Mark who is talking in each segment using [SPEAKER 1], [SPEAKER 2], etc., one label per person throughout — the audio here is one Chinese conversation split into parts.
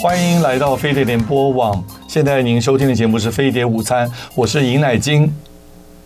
[SPEAKER 1] 欢迎来到飞碟联播网。现在您收听的节目是《飞碟午餐》，我是尹乃金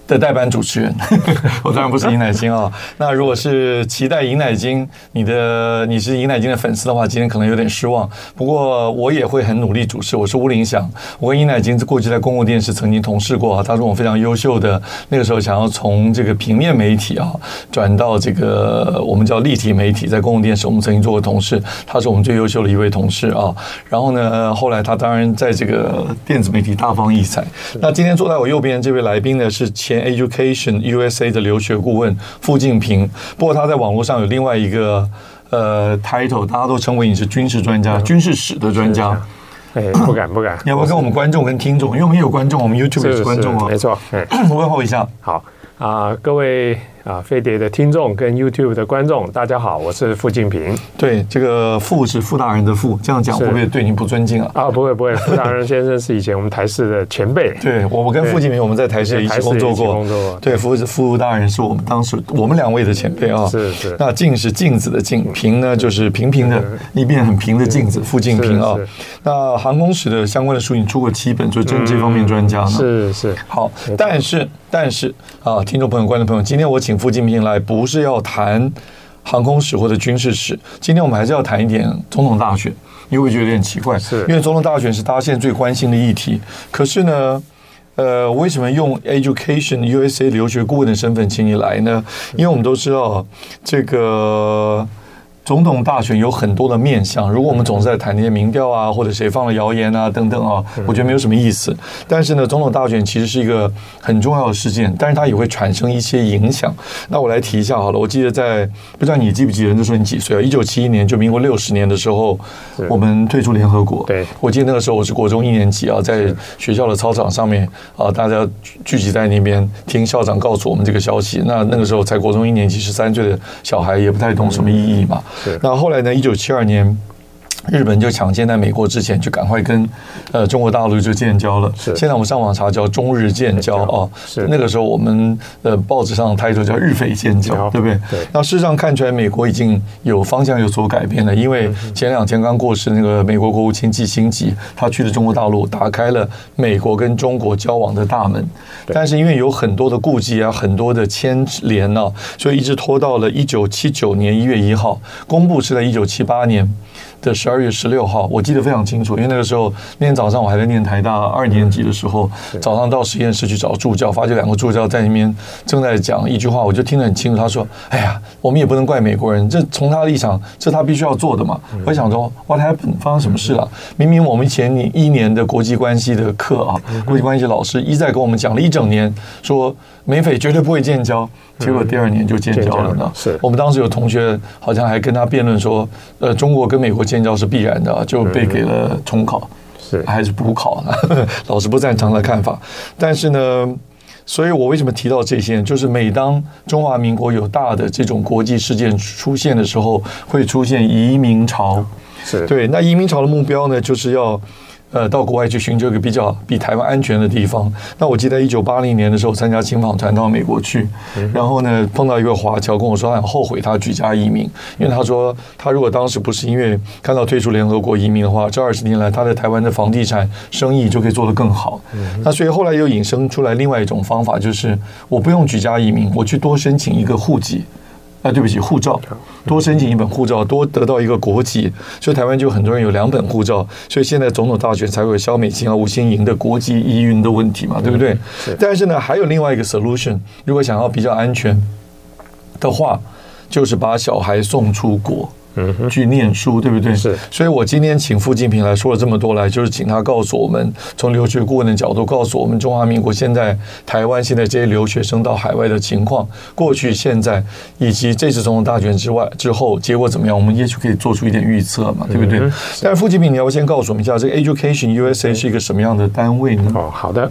[SPEAKER 1] 的代班主持人。 我当然不是尹乃金啊、那如果是期待尹乃金，你的你是尹乃金的粉丝的话，今天可能有点失望。不过我也会很努力主持。我是吴林祥，我跟尹乃金过去在公共电视曾经同事过啊。他是我非常优秀的，那个时候想要从这个平面媒体啊转到这个我们叫立体媒体，在公共电视我们曾经做过同事，他是我们最优秀的一位同事啊。然后呢，后来他当然在这个电子媒体大放异彩。那今天坐在我右边这位来宾呢，是前 Education USA 的留学顾问傅静平，不过他在网络上有另外一个呃 title，大家都称为你是军事专
[SPEAKER 2] 嗯
[SPEAKER 1] 家、军事史的专家。
[SPEAKER 2] 哎，不敢不敢，
[SPEAKER 1] 你要不要跟我们观众跟听众，因为我们也有观众，我们 YouTube 也
[SPEAKER 2] 是
[SPEAKER 1] 是
[SPEAKER 2] 是
[SPEAKER 1] 观众啊
[SPEAKER 2] 没，错，哎，
[SPEAKER 1] 问候一下。
[SPEAKER 2] 好啊、各位啊、飞碟的听众跟 YouTube 的观众，大家好，我是傅静平
[SPEAKER 1] 对，这个傅是傅大人的傅，这样讲
[SPEAKER 2] 是
[SPEAKER 1] 会不会对你不尊敬啊？
[SPEAKER 2] 啊，不会不会，傅大人先生是以前我们台视的前辈，
[SPEAKER 1] 对，我们跟傅
[SPEAKER 2] 对
[SPEAKER 1] 敬平我们在台视也一起
[SPEAKER 2] 台视
[SPEAKER 1] 工作
[SPEAKER 2] 一起
[SPEAKER 1] 过
[SPEAKER 2] 工作过，
[SPEAKER 1] 对，傅是傅大人是我们当时我们两位的前辈啊。
[SPEAKER 2] 是是
[SPEAKER 1] 那静是镜子的镜，平呢就是平平的一面很平的镜子，傅静平啊
[SPEAKER 2] 是是。
[SPEAKER 1] 那航空史的相关的书你出过七本，所以真这方面专家呢。
[SPEAKER 2] 是是，
[SPEAKER 1] 好
[SPEAKER 2] 错，
[SPEAKER 1] 但是但是啊，听众朋友、观众朋友，今天我请傅金平来，不是要谈航空史或者军事史，今天我们还是要谈一点总统大选，因为我觉得有点奇怪，
[SPEAKER 2] 是
[SPEAKER 1] 因为总统大选是大家现在最关心的议题，可是呢。呃，为什么用 Education USA 留学顾问的身份请你来呢？因为我们都知道，这个总统大选有很多的面向，如果我们总是在谈那些民调啊，或者谁放了谣言啊等等啊，我觉得没有什么意思。但是呢，总统大选其实是一个很重要的事件，但是它也会产生一些影响。那我来提一下好了，我记得在不知道你记不记得那时候你几岁啊？一九七一年，就民国六十年的时候，
[SPEAKER 2] 是
[SPEAKER 1] 我们退出联合国。
[SPEAKER 2] 对
[SPEAKER 1] 我记得那个时候我是国中一年级啊，在学校的操场上面啊，大家聚聚集在那边听校长告诉我们这个消息。那那个时候才国中一年级，十三岁的小孩也不太懂什么意义嘛。
[SPEAKER 2] 嗯是
[SPEAKER 1] 那后来呢？一九七二年。日本就抢先在美国之前就赶快跟，呃，中国大陆就建交了。
[SPEAKER 2] 是
[SPEAKER 1] 现在我们上网查叫中日建交
[SPEAKER 2] 建交
[SPEAKER 1] 哦。
[SPEAKER 2] 是
[SPEAKER 1] 那个时候我们呃报纸上的 title 叫日菲建交，
[SPEAKER 2] 交
[SPEAKER 1] 对不对？
[SPEAKER 2] 对
[SPEAKER 1] 那事实上看起来，美国已经有方向有所改变了，因为前两天刚过世那个美国国务卿基辛吉，他去了中国大陆，打开了美国跟中国交往的大门。但是因为有很多的顾忌啊，很多的牵连呢、所以一直拖到了一九七九年一月一号，公布是在一九七八年。的十二月十六号，我记得非常清楚，因为那个时候那天早上我还在念台大二年级的时候，早上到实验室去找助教，发觉两个助教在那边正在讲一句话，我就听得很清楚。他说：“哎呀，我们也不能怪美国人，这从他的立场，这他必须要做的嘛。”
[SPEAKER 2] 嗯
[SPEAKER 1] 我想说，What happened？发生什么事了？明明我们前年一年的国际关系的课啊，
[SPEAKER 2] 嗯
[SPEAKER 1] 国际关系老师一再跟我们讲了一整年，说美匪绝对不会建交，结果第二年就建
[SPEAKER 2] 嗯建
[SPEAKER 1] 交
[SPEAKER 2] 交
[SPEAKER 1] 了呢
[SPEAKER 2] 了。是
[SPEAKER 1] 我们当时有同学好像还跟他辩论说，呃，中国跟美国建交是必然的啊，就被给了重考
[SPEAKER 2] 是
[SPEAKER 1] 还是补考呢？ 老师不赞成的看法。但是呢，所以我为什么提到这些呢？就是每当中华民国有大的这种国际事件出现的时候，会出现移民潮。
[SPEAKER 2] 是，
[SPEAKER 1] 对，那移民潮的目标呢，就是要。呃，到国外去寻求一个比较比台湾安全的地方。那我记得一九八零年的时候，参加青访团到美国去，然后呢碰到一位华侨跟我说，他啊很后悔他举家移民，因为他说他如果当时不是因为看到退出联合国移民的话，这二十年来他在台湾的房地产生意就可以做得更好。那所以后来又引申出来另外一种方法，就是我不用举家移民，我去多申请一个户籍。啊，对不起，护照，多申请一本护照，多得到一个国籍，所以台湾就很多人有两本护照，所以现在总统大选才会有萧美琴啊、吴欣盈的国籍疑云的问题嘛，对不对？但是呢，还有另外一个 solution，如果想要比较安全的话，就是把小孩送出国。
[SPEAKER 2] 嗯
[SPEAKER 1] 去念书，对不对？
[SPEAKER 2] 是
[SPEAKER 1] 所以我今天请傅静平来说了这么多来，就是请他告诉我们，从留学顾问的角度告诉我们中华民国现在台湾现在这些留学生到海外的情况，过去、现在以及这次总统大选之外之后结果怎么样，我们也许可以做出一点预测
[SPEAKER 2] 嗯
[SPEAKER 1] 嘛，对不对？但是傅静平，你要不先告诉我们一下，这个 Education USA 是一个什么样的单位呢？
[SPEAKER 2] 哦，好的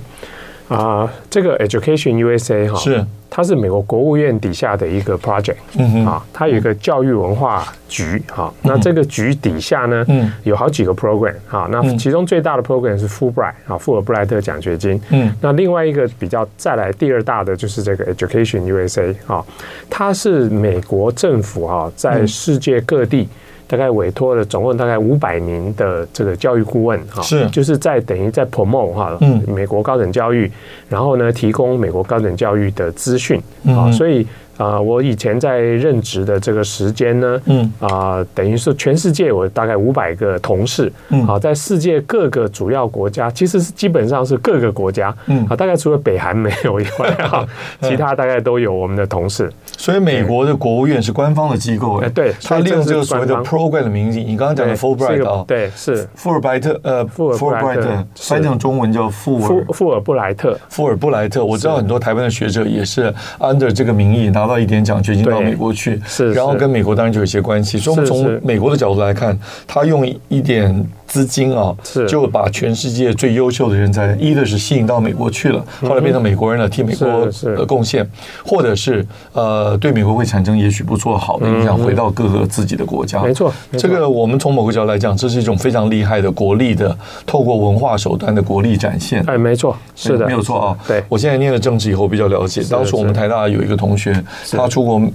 [SPEAKER 2] 啊、这个 Education USA 哈、
[SPEAKER 1] 是
[SPEAKER 2] 它是美国国务院底下的一个 project，
[SPEAKER 1] 嗯哼
[SPEAKER 2] 啊，它有一个教育文化局哈、那这个局底下呢，
[SPEAKER 1] 嗯
[SPEAKER 2] 有好几个 program 啊，那其中最大的 program 是 Fulbright 啊，富尔布莱特奖学金，
[SPEAKER 1] 嗯
[SPEAKER 2] 那另外一个比较再来第二大的就是这个 Education
[SPEAKER 1] 嗯
[SPEAKER 2] USA 啊啊，它是美国政府哈、在世界各地。大概委托了总共大概五百名的这个教育顾问啊哈，
[SPEAKER 1] 是
[SPEAKER 2] 就是在等于在 promote 哈，
[SPEAKER 1] 嗯
[SPEAKER 2] 美国高等教育，然后呢提供美国高等教育的资讯啊，
[SPEAKER 1] 嗯
[SPEAKER 2] 所以啊、我以前在任职的这个时间呢，
[SPEAKER 1] 嗯
[SPEAKER 2] 啊、等于是全世界我大概五百个同事，
[SPEAKER 1] 嗯
[SPEAKER 2] 啊，在世界各个主要国家，其实是基本上是各个国家，
[SPEAKER 1] 嗯
[SPEAKER 2] 啊，大概除了北韩没有以 外，哈，其他大概都有我们的同事，
[SPEAKER 1] 所以美国的国务院是官方的机构，
[SPEAKER 2] 哎对
[SPEAKER 1] 他利用这个所谓的
[SPEAKER 2] 所以这是
[SPEAKER 1] program 的名义，你刚刚讲的
[SPEAKER 2] 对是一
[SPEAKER 1] Fulbright
[SPEAKER 2] 个
[SPEAKER 1] 啊，
[SPEAKER 2] 对，是
[SPEAKER 1] 富尔白特，呃，
[SPEAKER 2] 富尔布莱特是
[SPEAKER 1] 翻译成中文叫富
[SPEAKER 2] 富
[SPEAKER 1] 尔
[SPEAKER 2] 富尔布莱特，
[SPEAKER 1] 富尔布莱特。我知道很多台湾的学者也是 under 这个名义拿到一点奖学金
[SPEAKER 2] 对
[SPEAKER 1] 到美国去，
[SPEAKER 2] 是
[SPEAKER 1] 然后
[SPEAKER 2] 是
[SPEAKER 1] 跟美国当然就有一些关系。所以我们
[SPEAKER 2] 是
[SPEAKER 1] 从
[SPEAKER 2] 是
[SPEAKER 1] 美国的角度来看，他用一点资金啊，
[SPEAKER 2] 是
[SPEAKER 1] 就把全世界最优秀的人才，一个是吸引到美国去了，后来变成美国人了，替美国
[SPEAKER 2] 嗯是是
[SPEAKER 1] 呃贡献，或者是呃对美国会产生也许不错好的影响，回到各个自己的国家。
[SPEAKER 2] 嗯没错没
[SPEAKER 1] 这
[SPEAKER 2] 错
[SPEAKER 1] 个我们从某个角度来讲，这是一种非常厉害的国力的，透过文化手段的国力展现。
[SPEAKER 2] 哎，没错，是的，
[SPEAKER 1] 没有错啊。
[SPEAKER 2] 对
[SPEAKER 1] 我现在念了政治以后比较了解。当时我们台大有一个同学，他出国嗯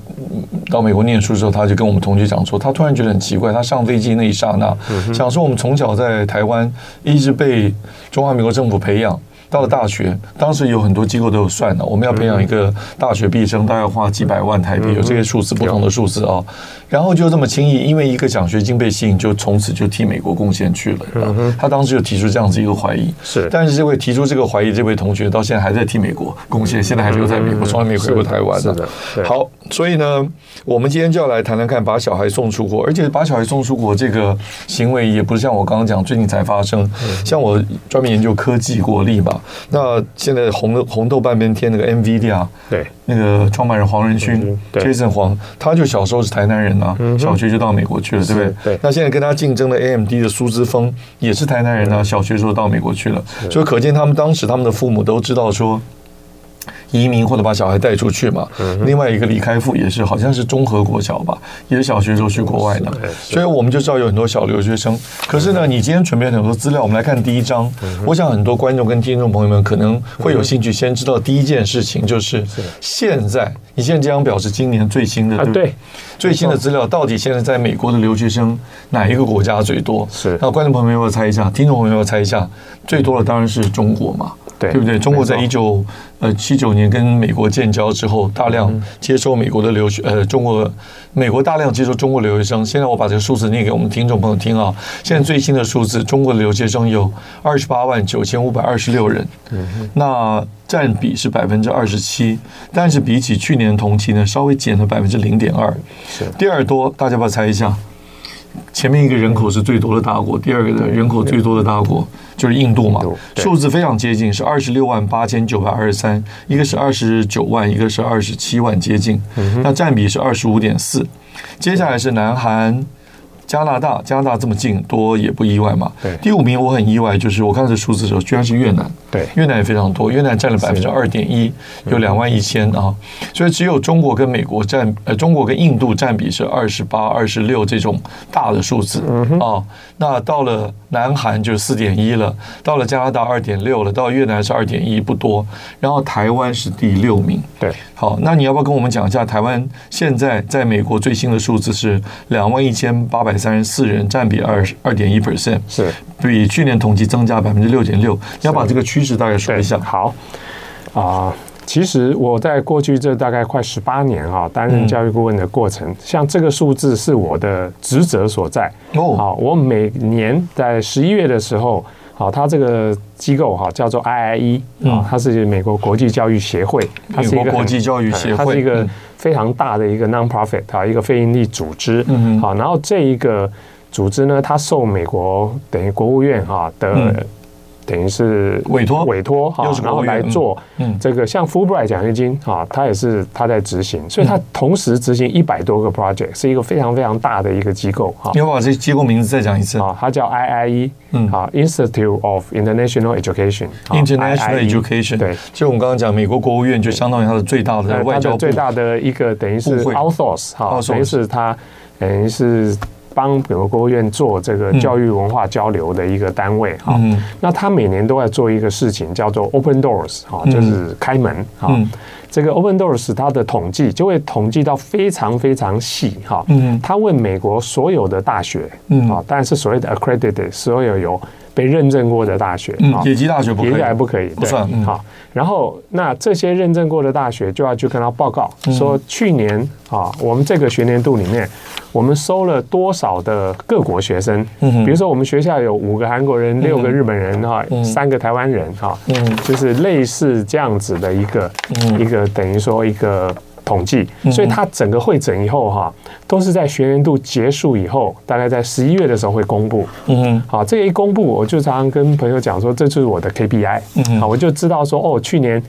[SPEAKER 1] 到美国念书的时候，他就跟我们同学讲说，他突然觉得很奇怪，他上飞机那一刹那，
[SPEAKER 2] 嗯
[SPEAKER 1] 想说我们从小在台湾一直被中华民国政府培养。到了大学，当时有很多机构都有算的，我们要培养一个大学毕业生，大概要花几百万台
[SPEAKER 2] 嗯
[SPEAKER 1] 币，有这些数字不同的数字啊。然后就这么轻易，因为一个奖学金被吸引，就从此就替美国贡献去
[SPEAKER 2] 嗯
[SPEAKER 1] 了。他当时就提出这样子一个怀疑，
[SPEAKER 2] 是
[SPEAKER 1] 但是这位提出这个怀疑这位同学，到现在还在替美国贡献，现在还留在美国，从来没回过台湾
[SPEAKER 2] 嗯
[SPEAKER 1] 啊
[SPEAKER 2] 是的对
[SPEAKER 1] 好，所以呢，我们今天就要来谈谈看把小孩送出国，而且把小孩送出国这个行为也不是像我刚刚讲最近才发生，
[SPEAKER 2] 嗯
[SPEAKER 1] 像我专门研究科技国力嘛，那现在红的红豆半边天那个 NVIDIA。
[SPEAKER 2] 对，
[SPEAKER 1] 那个创办人黄仁勋
[SPEAKER 2] 嗯对
[SPEAKER 1] ，Jason 黄，他就小时候是台南人啊，小学就到美国去了，对不对？
[SPEAKER 2] 对
[SPEAKER 1] 那现在跟他竞争的 AMD 的苏之峰也是台南人啊，小学时候到美国去了，所以可见他们当时他们的父母都知道说。移民或者把小孩带出去嘛，另外一个李开复也是，好像是中和国小吧，也是小学时候去国外的
[SPEAKER 2] 是哎，是
[SPEAKER 1] 所以我们就知道有很多小留学生。可是呢，你今天准备了很多资料，我们来看第一章。我想很多观众跟听众朋友们可能会有兴趣，先知道第一件事情就是现在，你现在这张表是今年最新的，
[SPEAKER 2] 啊
[SPEAKER 1] 对不对
[SPEAKER 2] 对？
[SPEAKER 1] 最新的资料到底现在在美国的留学生哪一个国家最多？
[SPEAKER 2] 是
[SPEAKER 1] 那观众朋友们要不要猜一下，听众朋友要不要猜一下，最多的当然是中国嘛，
[SPEAKER 2] 对
[SPEAKER 1] 对不对？中国在一
[SPEAKER 2] 没
[SPEAKER 1] 九呃七九年跟美国建交之后，大量接收美国的留学呃中国美国大量接收中国留学生。现在我把这个数字念给我们听众朋友听啊，现在最新的数字，中国的留学生有二十八万九千五百二十六人，
[SPEAKER 2] 嗯
[SPEAKER 1] 那占比是百分之二十七，但是比起去年同期呢，稍微减了百分之零点二。
[SPEAKER 2] 是
[SPEAKER 1] 第二多，大家要不要猜一下？前面一个人口是最多的大国，第二个的人口最多的大国就是印度嘛
[SPEAKER 2] 印度，对
[SPEAKER 1] 数字非常接近，是二十六万八千九百二十三，一个是二十九万，一个是二十七万接近，
[SPEAKER 2] 嗯
[SPEAKER 1] 那占比是二十五点四。接下来是南韩。加拿大，加拿大这么近，多也不意外嘛。
[SPEAKER 2] 对
[SPEAKER 1] 第五名我很意外，就是我看这数字的时候，居然是越南。
[SPEAKER 2] 对
[SPEAKER 1] 越南也非常多，越南占了百分之二点一，有两万一千啊，所以只有中国跟美国占，呃，中国跟印度占比是二十八、二十六这种大的数字啊。那到了南韩就是四点一了，到了加拿大二点六了，到越南是二点一，不多。然后台湾是第六名。
[SPEAKER 2] 对，
[SPEAKER 1] 好，那你要不要跟我们讲一下台湾现在在美国最新的数字是两万一千八百三十四人，占比二二点一 percent，
[SPEAKER 2] 是
[SPEAKER 1] 比去年同期增加百分之六点六。你要把这个趋势大概说
[SPEAKER 2] 对，
[SPEAKER 1] 一下。
[SPEAKER 2] 好啊、其实我在过去这大概快十八年啊、担任教育顾问的过
[SPEAKER 1] 嗯
[SPEAKER 2] 程，像这个数字是我的职责所在。
[SPEAKER 1] 哦
[SPEAKER 2] 好、我每年在十一月的时候。好，它这个机构哈叫做 IIE 啊
[SPEAKER 1] 嗯，
[SPEAKER 2] 它是美国国际教育协会，它是一
[SPEAKER 1] 美
[SPEAKER 2] 个
[SPEAKER 1] 国国
[SPEAKER 2] 很
[SPEAKER 1] 际教育协会
[SPEAKER 2] 它是一个
[SPEAKER 1] 嗯
[SPEAKER 2] 非常大的一个 non-profit 啊，一个非营利组织。
[SPEAKER 1] 嗯哼
[SPEAKER 2] 好，然后这一个组织呢，它受美国等于国务院哈
[SPEAKER 1] 嗯
[SPEAKER 2] 的等于是
[SPEAKER 1] 委托
[SPEAKER 2] 委托哈
[SPEAKER 1] 又是，
[SPEAKER 2] 然
[SPEAKER 1] 国务
[SPEAKER 2] 后
[SPEAKER 1] 院
[SPEAKER 2] 来
[SPEAKER 1] 嗯
[SPEAKER 2] 做
[SPEAKER 1] 嗯
[SPEAKER 2] 这个像 Fulbright 奖学金啊，它也是它在执行，所以
[SPEAKER 1] 嗯
[SPEAKER 2] 它同时执行一百多个 project，是一个非常非常大的一个机构哈
[SPEAKER 1] 你。要把这机构名字再讲一次
[SPEAKER 2] 啊，它叫 IIE，
[SPEAKER 1] 嗯
[SPEAKER 2] 啊，Institute of International Education 啊。
[SPEAKER 1] ，International
[SPEAKER 2] IIE
[SPEAKER 1] Education，
[SPEAKER 2] 对，
[SPEAKER 1] 就我们刚刚讲，美国国务院就相当于它的最大的
[SPEAKER 2] 呃
[SPEAKER 1] 外
[SPEAKER 2] 它
[SPEAKER 1] 交
[SPEAKER 2] 的
[SPEAKER 1] 部
[SPEAKER 2] 最，大的一个等于是
[SPEAKER 1] 部会
[SPEAKER 2] outsource 哈
[SPEAKER 1] outsource，
[SPEAKER 2] 等于是它等于是帮美国国务院做这个教育文化交流的一个单位哈。
[SPEAKER 1] 嗯
[SPEAKER 2] 那它每年都在做一个事情，叫做 Open Doors 哈，就是开门哈。
[SPEAKER 1] 嗯
[SPEAKER 2] 这个 Open Doors 它的统计就会统计到非常非常细哈。
[SPEAKER 1] 嗯
[SPEAKER 2] 他问美国所有的大学，
[SPEAKER 1] 嗯
[SPEAKER 2] 啊，当然是所谓的 accredited，所有有被认证过的大学，
[SPEAKER 1] 嗯
[SPEAKER 2] 啊，
[SPEAKER 1] 野鸡大学不可
[SPEAKER 2] 也
[SPEAKER 1] 以，
[SPEAKER 2] 还不可以，
[SPEAKER 1] 不算
[SPEAKER 2] 对
[SPEAKER 1] 嗯
[SPEAKER 2] 好。然后那这些认证过的大学就要去跟他报告，
[SPEAKER 1] 嗯
[SPEAKER 2] 说去年啊，我们这个学年度里面，我们收了多少的各国学生？
[SPEAKER 1] 嗯哼
[SPEAKER 2] 比如说我们学校有五个韩国人，六个日本人哈，三个台湾人哈，
[SPEAKER 1] 嗯
[SPEAKER 2] 就是类似这样子的一个一个等于说一个。统计，
[SPEAKER 1] 嗯
[SPEAKER 2] 所以他整个会诊以后哈、都是在学年度结束以后，大概在十一月的时候会公布。
[SPEAKER 1] 嗯
[SPEAKER 2] 好，这个一公布，我就常常跟朋友讲说，这就是我的 KPI。
[SPEAKER 1] 嗯
[SPEAKER 2] 好，我就知道说，哦，去年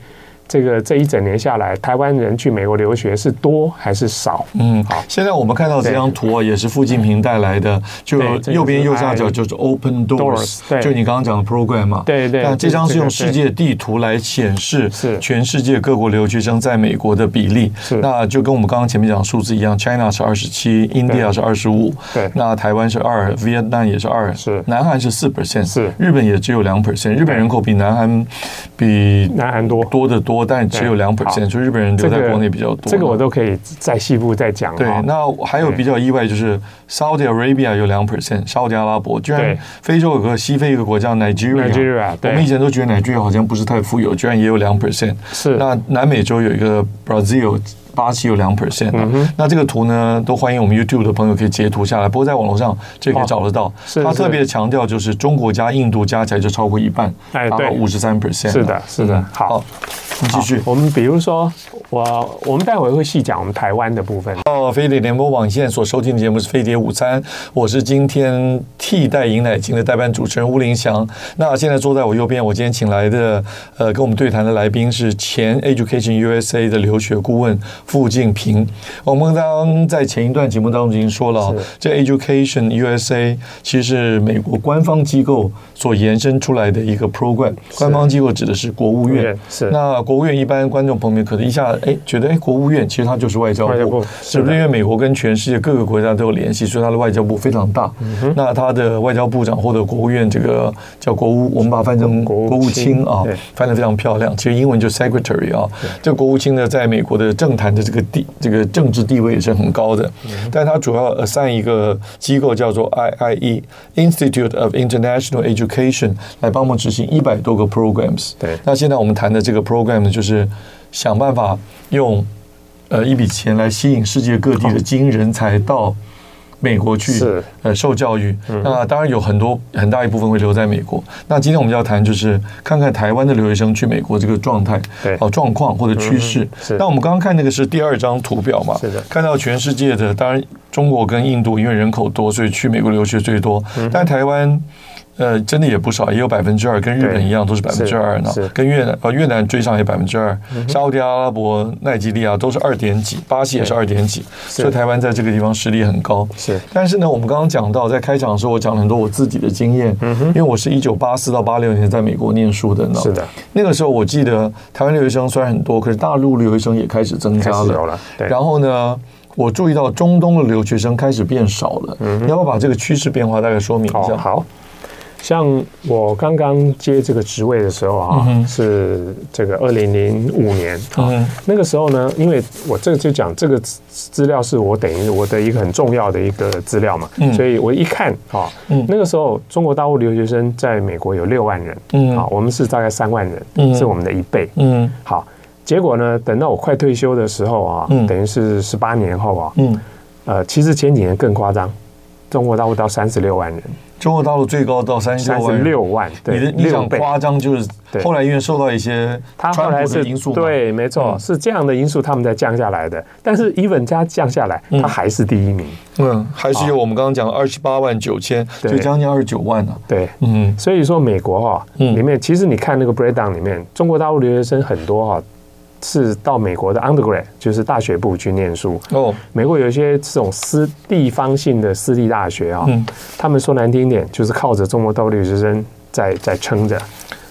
[SPEAKER 2] 这个这一整年下来，台湾人去美国留学是多还是少？
[SPEAKER 1] 嗯
[SPEAKER 2] 好，
[SPEAKER 1] 现在我们看到这张图啊，也是傅静平带来的，就
[SPEAKER 2] 对这个
[SPEAKER 1] 右边
[SPEAKER 2] 是
[SPEAKER 1] 右下
[SPEAKER 2] I-
[SPEAKER 1] 角就是 Open Doors，
[SPEAKER 2] Doors，对
[SPEAKER 1] 就你刚刚讲的 program 嘛。
[SPEAKER 2] 对对
[SPEAKER 1] 但这张是
[SPEAKER 2] 这个
[SPEAKER 1] 用
[SPEAKER 2] 对
[SPEAKER 1] 世界地图来显示
[SPEAKER 2] 是
[SPEAKER 1] 全世界各国留学生在美国的比例。
[SPEAKER 2] 是
[SPEAKER 1] 那就跟我们刚刚前面讲的数字一样，China 是二十七，India 是二十五，
[SPEAKER 2] 对
[SPEAKER 1] 那台湾是二，Vietnam 也是二，
[SPEAKER 2] 是
[SPEAKER 1] 南韩是四 percent，
[SPEAKER 2] 是
[SPEAKER 1] 日本也只有两 percent，日本人口比南韩比
[SPEAKER 2] 南韩多。
[SPEAKER 1] 多得多，但只有
[SPEAKER 2] 对
[SPEAKER 1] 两 percent，所以日本人留在国内比较多。
[SPEAKER 2] 这个我都可以再细部再讲
[SPEAKER 1] 对
[SPEAKER 2] 哈，。
[SPEAKER 1] 那还有比较意外就是 Saudi Arabia 有两 percent，沙特阿拉伯居然
[SPEAKER 2] 嗯对
[SPEAKER 1] 非洲有个西非一个国家 Nigeria，
[SPEAKER 2] Nigeria
[SPEAKER 1] 我
[SPEAKER 2] 对
[SPEAKER 1] 们以前都觉得 Nigeria 好像不是太富有，居然也有两 percent。
[SPEAKER 2] 是
[SPEAKER 1] 那南美洲有一个 Brazil。巴西有两 percent，、那
[SPEAKER 2] 嗯
[SPEAKER 1] 这个图呢，都欢迎我们 YouTube 的朋友可以截图下来，不过在网络上这可以
[SPEAKER 2] 哦
[SPEAKER 1] 找得到。
[SPEAKER 2] 是
[SPEAKER 1] 它
[SPEAKER 2] 是
[SPEAKER 1] 特别强调就是中国加印度加起来就超过一半，
[SPEAKER 2] 哎
[SPEAKER 1] 达到
[SPEAKER 2] 对
[SPEAKER 1] 五十三 percent。
[SPEAKER 2] 是的是的好
[SPEAKER 1] 好，你继续。
[SPEAKER 2] 我们比如说，我我们待会会细讲我们台湾的部分。
[SPEAKER 1] 到飞碟联播网现在所收听的节目是《飞碟午餐》，我是今天替代尹乃菁的代班主持人吴林祥。那现在坐在我右边，我今天请来的呃跟我们对谈的来宾是前 Education USA 的留学顾问傅静平。我们刚刚在前一段节目当中已经说了哦，这 Education USA 其实是美国官方机构所延伸出来的一个 program，官方机构指的是国务院
[SPEAKER 2] 对。是
[SPEAKER 1] 那国务院一般观众朋友们可能一下哎觉得哎国务院其实它就是外交
[SPEAKER 2] 外交
[SPEAKER 1] 部
[SPEAKER 2] 部，
[SPEAKER 1] 是不是
[SPEAKER 2] 是的
[SPEAKER 1] 因为美国跟全世界各个国家都有联系，所以它的外交部非常大。
[SPEAKER 2] 嗯
[SPEAKER 1] 那它的外交部长或者国务院这个叫国务，我们把它翻成
[SPEAKER 2] 国务
[SPEAKER 1] 国务卿
[SPEAKER 2] 卿
[SPEAKER 1] 啊
[SPEAKER 2] 对，
[SPEAKER 1] 翻得非常漂亮。其实英文就 secretary 啊，这个国务卿呢，在美国的政坛的这个地这个政治地位也是很高的，
[SPEAKER 2] 嗯
[SPEAKER 1] 但它主要 assign 一个机构叫做 IIE Institute of International Education 来帮忙执行一百多个 programs。
[SPEAKER 2] 对
[SPEAKER 1] 那现在我们谈的这个 program 呢，就是想办法用呃一笔钱来吸引世界各地的精英人才到美国去
[SPEAKER 2] 是嗯
[SPEAKER 1] 呃受教育。那当然有很多很大一部分会留在美国。那今天我们要谈就是看看台湾的留学生去美国这个状态
[SPEAKER 2] 对嗯
[SPEAKER 1] 哦状况或者趋势
[SPEAKER 2] 哼。是
[SPEAKER 1] 那我们刚刚看那个是第二张图表嘛，
[SPEAKER 2] 是的
[SPEAKER 1] 看到全世界的，当然中国跟印度因为人口多，所以去美国留学最多，
[SPEAKER 2] 嗯
[SPEAKER 1] 但台湾。呃，真的也不少，也有百分之二，跟日本
[SPEAKER 2] 对
[SPEAKER 1] 一样，都是百分之二呢
[SPEAKER 2] 是。
[SPEAKER 1] 跟越南呃越南追上也百分之二，
[SPEAKER 2] 嗯
[SPEAKER 1] 沙特阿拉伯、奈及利亚都是二点几，巴西也是二点几，所以台湾在这个地方实力很高。
[SPEAKER 2] 是
[SPEAKER 1] 但是呢，我们刚刚讲到，在开场的时候，我讲了很多我自己的经验，因为我是一九八四到八六年在美国念书的呢。
[SPEAKER 2] 嗯是的，
[SPEAKER 1] 那个时候我记得台湾留学生虽然很多，可是大陆留学生也开始增加
[SPEAKER 2] 开始有了对
[SPEAKER 1] 然后呢？我注意到中东的留学生开始变少了，你要不要把这个趋势变化大概说明一
[SPEAKER 2] 哦，
[SPEAKER 1] 下？
[SPEAKER 2] 嗯好。像我刚刚接这个职位的时候啊，是这个二零零五年啊、
[SPEAKER 1] 嗯
[SPEAKER 2] 那个时候呢，因为我这个就讲这个资资料是我等于我的一个很重要的一个资料嘛，
[SPEAKER 1] 嗯
[SPEAKER 2] 所以我一看啊、
[SPEAKER 1] 嗯
[SPEAKER 2] 那个时候中国大陆留学生在美国有六万人，
[SPEAKER 1] 嗯
[SPEAKER 2] 啊，我们是大概三万人，
[SPEAKER 1] 嗯
[SPEAKER 2] 是我们的一倍，
[SPEAKER 1] 嗯
[SPEAKER 2] 好。结果呢？等到我快退休的时候啊，
[SPEAKER 1] 嗯
[SPEAKER 2] 等于是十八年后啊，
[SPEAKER 1] 嗯，
[SPEAKER 2] 呃，其实前几年更夸张，中国大陆到三十六万人，
[SPEAKER 1] 中国大陆最高到三十
[SPEAKER 2] 三
[SPEAKER 1] 六
[SPEAKER 2] 十
[SPEAKER 1] 万。
[SPEAKER 2] 六万，
[SPEAKER 1] 哦你的
[SPEAKER 2] 对，
[SPEAKER 1] 你
[SPEAKER 2] 六
[SPEAKER 1] 想
[SPEAKER 2] 倍。
[SPEAKER 1] 夸张，就是
[SPEAKER 2] 对
[SPEAKER 1] 后来因为受到一些
[SPEAKER 2] 它后
[SPEAKER 1] 川
[SPEAKER 2] 来
[SPEAKER 1] 普的
[SPEAKER 2] 是
[SPEAKER 1] 因素嘛，
[SPEAKER 2] 对，没错，
[SPEAKER 1] 嗯
[SPEAKER 2] 是这样的因素，他们才降下来的。但是 even 加降下来，它还是第一名，
[SPEAKER 1] 嗯，还是有我们刚刚讲二十八万九千，
[SPEAKER 2] 啊对
[SPEAKER 1] 就将近二十九万呢、
[SPEAKER 2] 对。
[SPEAKER 1] 嗯
[SPEAKER 2] 所以说，美国哈、
[SPEAKER 1] 嗯
[SPEAKER 2] 里面其实你看那个 breakdown 里面，中国大陆留学生很多哈、是到美国的 undergrad，就是大学部去念书。
[SPEAKER 1] 哦，
[SPEAKER 2] 美国有一些这种私地方性的私立大学啊、
[SPEAKER 1] 嗯
[SPEAKER 2] 他们说难听一点，就是靠着中国大陆留学生在在撑着。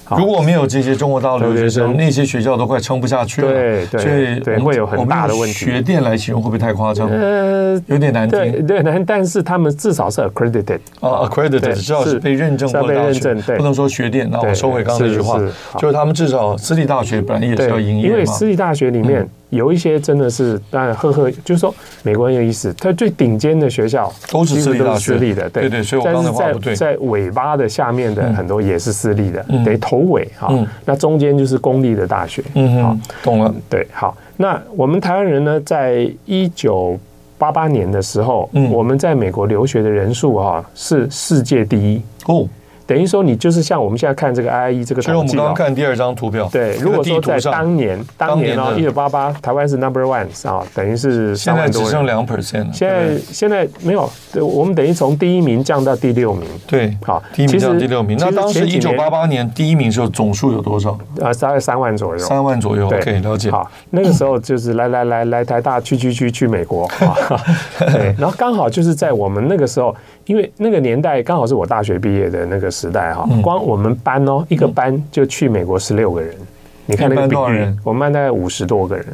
[SPEAKER 2] 好
[SPEAKER 1] 如果没有这些中国大陆留学生，
[SPEAKER 2] 留学生
[SPEAKER 1] 那些学校都快撑不下去了。
[SPEAKER 2] 对对
[SPEAKER 1] 所以
[SPEAKER 2] 对
[SPEAKER 1] 我们
[SPEAKER 2] 会有很大的
[SPEAKER 1] 我们用
[SPEAKER 2] 问题
[SPEAKER 1] 学电来形容会不会太夸张？
[SPEAKER 2] 呃，
[SPEAKER 1] 有点难
[SPEAKER 2] 对
[SPEAKER 1] 听
[SPEAKER 2] 对，但但是他们至少是 accredited，
[SPEAKER 1] 啊，accredited
[SPEAKER 2] 对
[SPEAKER 1] 至少
[SPEAKER 2] 是
[SPEAKER 1] 是被认证
[SPEAKER 2] 是要
[SPEAKER 1] 过的
[SPEAKER 2] 被
[SPEAKER 1] 大
[SPEAKER 2] 认
[SPEAKER 1] 学
[SPEAKER 2] 证，对
[SPEAKER 1] 不能说学电。那我
[SPEAKER 2] 对
[SPEAKER 1] 收回刚刚那句话
[SPEAKER 2] 是是，好
[SPEAKER 1] 就是他们至少私立大学本来也是要
[SPEAKER 2] 对，
[SPEAKER 1] 营
[SPEAKER 2] 因
[SPEAKER 1] 业
[SPEAKER 2] 为
[SPEAKER 1] 嘛。嗯
[SPEAKER 2] 私立大学里面有一些真的是，当然赫赫，就是说美国很有意思，它最顶尖的学校
[SPEAKER 1] 都是
[SPEAKER 2] 几乎
[SPEAKER 1] 私立大学
[SPEAKER 2] 私立的，对
[SPEAKER 1] 对对所以我
[SPEAKER 2] 但
[SPEAKER 1] 刚才
[SPEAKER 2] 是
[SPEAKER 1] 话
[SPEAKER 2] 在
[SPEAKER 1] 不对
[SPEAKER 2] 在尾巴的下面的很多也是私立的，
[SPEAKER 1] 嗯
[SPEAKER 2] 得头尾哈
[SPEAKER 1] 嗯，
[SPEAKER 2] 那中间就是公立的大学，
[SPEAKER 1] 嗯
[SPEAKER 2] 好
[SPEAKER 1] 哼，懂了。
[SPEAKER 2] 对，好，那我们台湾人呢，在一九八八年的时候，
[SPEAKER 1] 嗯
[SPEAKER 2] 我们在美国留学的人数哈是世界第一，
[SPEAKER 1] 哦，
[SPEAKER 2] 等于说你就是像我们现在看这个 IIE 这个
[SPEAKER 1] 所以我
[SPEAKER 2] 统
[SPEAKER 1] 们
[SPEAKER 2] 计
[SPEAKER 1] 刚
[SPEAKER 2] 哦
[SPEAKER 1] 刚。看第二张图表，
[SPEAKER 2] 对，
[SPEAKER 1] 这个
[SPEAKER 2] 如果说
[SPEAKER 1] 地图
[SPEAKER 2] 在
[SPEAKER 1] 上
[SPEAKER 2] 当年，当年
[SPEAKER 1] 当
[SPEAKER 2] 哦，一
[SPEAKER 1] 年的
[SPEAKER 2] 九八八，台湾是 number one 啊，等于是
[SPEAKER 1] 现
[SPEAKER 2] 三
[SPEAKER 1] 在
[SPEAKER 2] 万
[SPEAKER 1] 只
[SPEAKER 2] 多
[SPEAKER 1] 剩
[SPEAKER 2] 人。
[SPEAKER 1] 两 percent 了。
[SPEAKER 2] 现在现在没有，对，我们等于从第一名降到第六名，
[SPEAKER 1] 对，
[SPEAKER 2] 好
[SPEAKER 1] 第一名
[SPEAKER 2] 其实
[SPEAKER 1] 降到第六名。
[SPEAKER 2] 其
[SPEAKER 1] 那
[SPEAKER 2] 实
[SPEAKER 1] 当时一
[SPEAKER 2] 前几
[SPEAKER 1] 九
[SPEAKER 2] 年
[SPEAKER 1] 八八年第一名时候总数有多少？
[SPEAKER 2] 呃，大概三万左右。
[SPEAKER 1] 三万左右。
[SPEAKER 2] 对
[SPEAKER 1] OK，了解。
[SPEAKER 2] 好，那个时候就是来来来来台大去去去去美国， 啊对，然后刚好就是在我们那个时候，因为那个年代刚好是我大学毕业的那个时代哈，
[SPEAKER 1] 嗯
[SPEAKER 2] 光我们班哦，一个班就去美国十六个人，你看那
[SPEAKER 1] 你
[SPEAKER 2] 个
[SPEAKER 1] 嗯们班
[SPEAKER 2] 比
[SPEAKER 1] 多少
[SPEAKER 2] 率
[SPEAKER 1] 人，
[SPEAKER 2] 我们班大概五十多个人，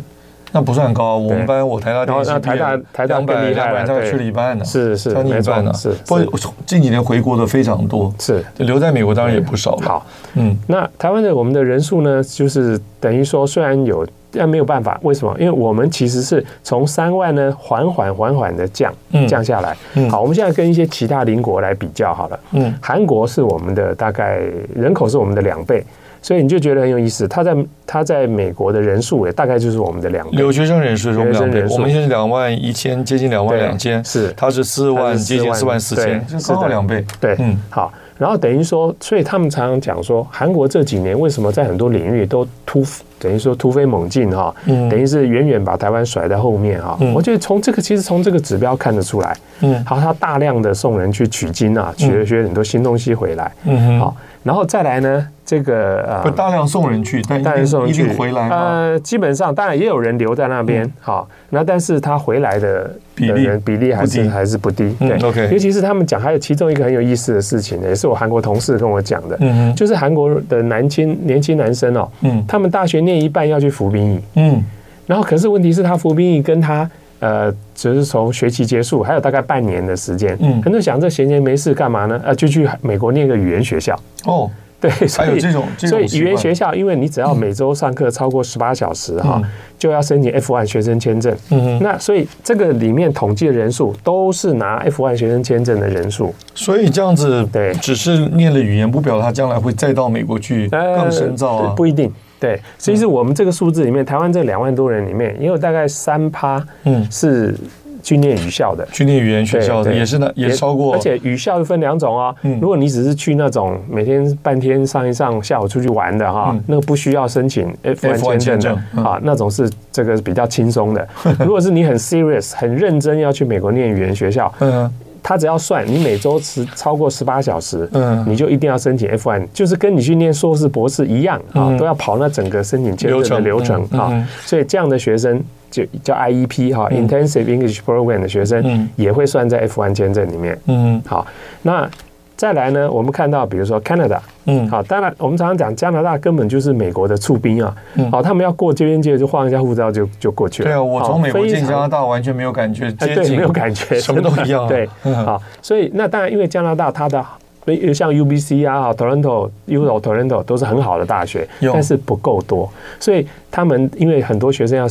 [SPEAKER 1] 那不算高，我们
[SPEAKER 2] 对
[SPEAKER 1] 班我台大
[SPEAKER 2] 然后
[SPEAKER 1] 电机
[SPEAKER 2] 那台大台大
[SPEAKER 1] 两
[SPEAKER 2] 更
[SPEAKER 1] 百
[SPEAKER 2] 厉害
[SPEAKER 1] 两百
[SPEAKER 2] 了
[SPEAKER 1] 大概
[SPEAKER 2] 啊对
[SPEAKER 1] 去了一半呢，
[SPEAKER 2] 是是
[SPEAKER 1] 将近一
[SPEAKER 2] 没错
[SPEAKER 1] 半呢。
[SPEAKER 2] 是
[SPEAKER 1] 不
[SPEAKER 2] 是
[SPEAKER 1] 过近几年回国的非常多，
[SPEAKER 2] 是
[SPEAKER 1] 留在美国当然也不少了。
[SPEAKER 2] 好。
[SPEAKER 1] 嗯，
[SPEAKER 2] 那台湾的我们的人数呢，就是等于说虽然有，但没有办法，为什么？因为我们其实是从三万呢缓缓缓缓的降
[SPEAKER 1] 嗯
[SPEAKER 2] 降下来。
[SPEAKER 1] 嗯
[SPEAKER 2] 好，我们现在跟一些其他邻国来比较好了。
[SPEAKER 1] 嗯，
[SPEAKER 2] 韩国是我们的大概人口是我们的两倍，所以你就觉得很有意思。它在它在美国的人数也大概就是我们的两倍。
[SPEAKER 1] 留学生人数是我们
[SPEAKER 2] 留学
[SPEAKER 1] 两
[SPEAKER 2] 生
[SPEAKER 1] 倍，
[SPEAKER 2] 人数
[SPEAKER 1] 我们现在是两万一千，接近两万
[SPEAKER 2] 对
[SPEAKER 1] 两千，
[SPEAKER 2] 是
[SPEAKER 1] 他是四万，
[SPEAKER 2] 它是
[SPEAKER 1] 接近四
[SPEAKER 2] 4
[SPEAKER 1] 万
[SPEAKER 2] 万
[SPEAKER 1] 四千，
[SPEAKER 2] 对
[SPEAKER 1] 就刚好
[SPEAKER 2] 是的
[SPEAKER 1] 两倍。
[SPEAKER 2] 对，
[SPEAKER 1] 嗯
[SPEAKER 2] 嗯，好。然后等于说，所以他们常常讲说，韩国这几年为什么在很多领域都突等于说突飞猛进哈、
[SPEAKER 1] 嗯
[SPEAKER 2] 等于是远远把台湾甩在后面哈、我觉得从这个其实从这个指标看得出来，
[SPEAKER 1] 嗯
[SPEAKER 2] 好，他大量的送人去取经啊，学学很多新东西回来，
[SPEAKER 1] 嗯哼，
[SPEAKER 2] 好，然后再来呢，这个呃，
[SPEAKER 1] 不大量送人去，但
[SPEAKER 2] 当然
[SPEAKER 1] 一
[SPEAKER 2] 送
[SPEAKER 1] 定一
[SPEAKER 2] 人去
[SPEAKER 1] 定回来吗？
[SPEAKER 2] 呃，基本上当然也有人留在那边，好，那但是他回来的
[SPEAKER 1] 比例
[SPEAKER 2] 的人比例还
[SPEAKER 1] 不
[SPEAKER 2] 是
[SPEAKER 1] 低
[SPEAKER 2] 还是不低，
[SPEAKER 1] 嗯
[SPEAKER 2] 对
[SPEAKER 1] OK
[SPEAKER 2] 尤其是他们讲，还有其中一个很有意思的事情呢，也是我韩国同事跟我讲的，
[SPEAKER 1] 嗯哼，
[SPEAKER 2] 就是韩国的男青年轻男生哦，
[SPEAKER 1] 嗯
[SPEAKER 2] 他们大学念一半要去服兵役，
[SPEAKER 1] 嗯
[SPEAKER 2] 然后可是问题是他服兵役跟他。呃，只是从学期结束，还有大概半年的时间，
[SPEAKER 1] 嗯
[SPEAKER 2] 很多人想这闲年没事干嘛呢？啊，就去美国念个语言学校，
[SPEAKER 1] 哦，
[SPEAKER 2] 对，所
[SPEAKER 1] 还有
[SPEAKER 2] 以
[SPEAKER 1] 这种这
[SPEAKER 2] 所
[SPEAKER 1] 种
[SPEAKER 2] 以
[SPEAKER 1] 习
[SPEAKER 2] 语言学
[SPEAKER 1] 惯，
[SPEAKER 2] 校，因为你只要每周上课超过十八小时哈、
[SPEAKER 1] 嗯
[SPEAKER 2] 就要申请 F1 学生签证。
[SPEAKER 1] 嗯哼，
[SPEAKER 2] 那所以这个里面统计的人数都是拿 F1 学生签证的人数，
[SPEAKER 1] 所以这样子，
[SPEAKER 2] 对
[SPEAKER 1] 只是念了语言，不表示他将来会再到美国去
[SPEAKER 2] 呃
[SPEAKER 1] 更深造啊嗯
[SPEAKER 2] 对。不一定。对，其实我们这个数字里面，台湾这两万多人里面，也有大概三趴
[SPEAKER 1] 嗯，
[SPEAKER 2] 是去念语校的。
[SPEAKER 1] 去念语言学校的
[SPEAKER 2] 对对
[SPEAKER 1] 也是那也超过，
[SPEAKER 2] 而且语校分两种哦
[SPEAKER 1] 嗯。
[SPEAKER 2] 如果你只是去那种每天半天上一上，下午出去玩的哈
[SPEAKER 1] 嗯，
[SPEAKER 2] 那个不需要申请
[SPEAKER 1] F1
[SPEAKER 2] F1
[SPEAKER 1] 签证
[SPEAKER 2] 签证
[SPEAKER 1] 嗯
[SPEAKER 2] 的啊，那种是这个比较轻 松的。如果是你很 serious、很认真要去美国念语言学校，
[SPEAKER 1] 嗯
[SPEAKER 2] 他只要算你每周持超过十八小时，
[SPEAKER 1] 嗯，
[SPEAKER 2] 你就一定要申请 F1，就是跟你去念硕士、博士一样啊
[SPEAKER 1] 嗯，
[SPEAKER 2] 都要跑那整个申请签
[SPEAKER 1] 流
[SPEAKER 2] 证
[SPEAKER 1] 程
[SPEAKER 2] 的流程
[SPEAKER 1] 嗯
[SPEAKER 2] 啊
[SPEAKER 1] 嗯嗯。
[SPEAKER 2] 所以这样的学生就叫 IEP 哈
[SPEAKER 1] 嗯
[SPEAKER 2] ，Intensive English Program 的学
[SPEAKER 1] 嗯
[SPEAKER 2] 生也会算在 F1 签证里面。
[SPEAKER 1] 嗯
[SPEAKER 2] 好，那再来呢，我们看到比如说 Canada，
[SPEAKER 1] 嗯，
[SPEAKER 2] 好，当然我们常常讲加拿大根本就是美国的驻兵啊
[SPEAKER 1] 嗯，
[SPEAKER 2] 好，他们要过边界就晃一下护照就就过去了。
[SPEAKER 1] 对啊，我从美国
[SPEAKER 2] 好非
[SPEAKER 1] 进加拿
[SPEAKER 2] 常
[SPEAKER 1] 大完全没有感觉，
[SPEAKER 2] 哎
[SPEAKER 1] 接
[SPEAKER 2] 对，
[SPEAKER 1] 近
[SPEAKER 2] 没有感觉，
[SPEAKER 1] 什么都
[SPEAKER 2] 真的
[SPEAKER 1] 一样啊
[SPEAKER 2] 对，
[SPEAKER 1] 嗯
[SPEAKER 2] 好，所以那当然，因为加拿大它的呃像 UBC 啊、Toronto、UO、Toronto 都是很好的大学，
[SPEAKER 1] 有
[SPEAKER 2] 但是不够多，所以他们因为很多学生要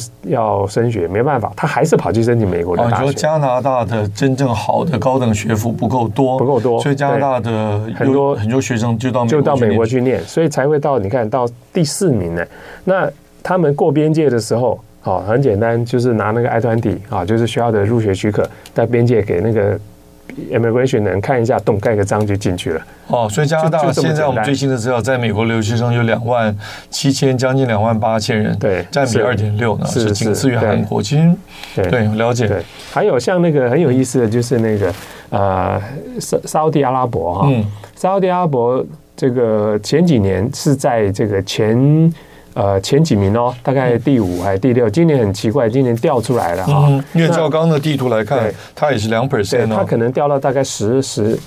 [SPEAKER 2] 要升学，没办法，他还是跑去申请美国的
[SPEAKER 1] 哦，你
[SPEAKER 2] 大
[SPEAKER 1] 说
[SPEAKER 2] 学。
[SPEAKER 1] 加拿大的真正好的高等学府不够多，
[SPEAKER 2] 不够多
[SPEAKER 1] 所以加拿大的
[SPEAKER 2] 很
[SPEAKER 1] 优
[SPEAKER 2] 多
[SPEAKER 1] 很多学生就到
[SPEAKER 2] 就到美国
[SPEAKER 1] 去
[SPEAKER 2] 去念，所以才会到你看到第四名呢。那他们过边界的时候，哦，很简单，就是拿那个 I 团体啊，就是学校的入学许可，在边界给那个 immigration 的人看一下，咚，盖个章就进去了。
[SPEAKER 1] 念哦，所以加拿大
[SPEAKER 2] 就就这么
[SPEAKER 1] 现在我
[SPEAKER 2] 简
[SPEAKER 1] 们
[SPEAKER 2] 单
[SPEAKER 1] 最新的资料，在美国留学生有两万七千，将近两万八千人，
[SPEAKER 2] 对
[SPEAKER 1] 占比
[SPEAKER 2] 是
[SPEAKER 1] 二点六呢，
[SPEAKER 2] 是
[SPEAKER 1] 是
[SPEAKER 2] 是
[SPEAKER 1] 仅次于
[SPEAKER 2] 对
[SPEAKER 1] 韩国。其实
[SPEAKER 2] 对
[SPEAKER 1] 对，了解，
[SPEAKER 2] 对，还有像那个很有意思的，就是那个呃，沙沙地阿拉伯哈、
[SPEAKER 1] 嗯
[SPEAKER 2] 沙地阿拉伯这个前几年是在这个前呃前几名哦，大概第五还是第六，今年很奇怪，今年掉出来了哈、
[SPEAKER 1] 嗯，哦因为
[SPEAKER 2] 那
[SPEAKER 1] 照刚刚的地图来看
[SPEAKER 2] 对，
[SPEAKER 1] 它也是两 percent
[SPEAKER 2] 对，它
[SPEAKER 1] 哦
[SPEAKER 2] 可，能掉到大概十十，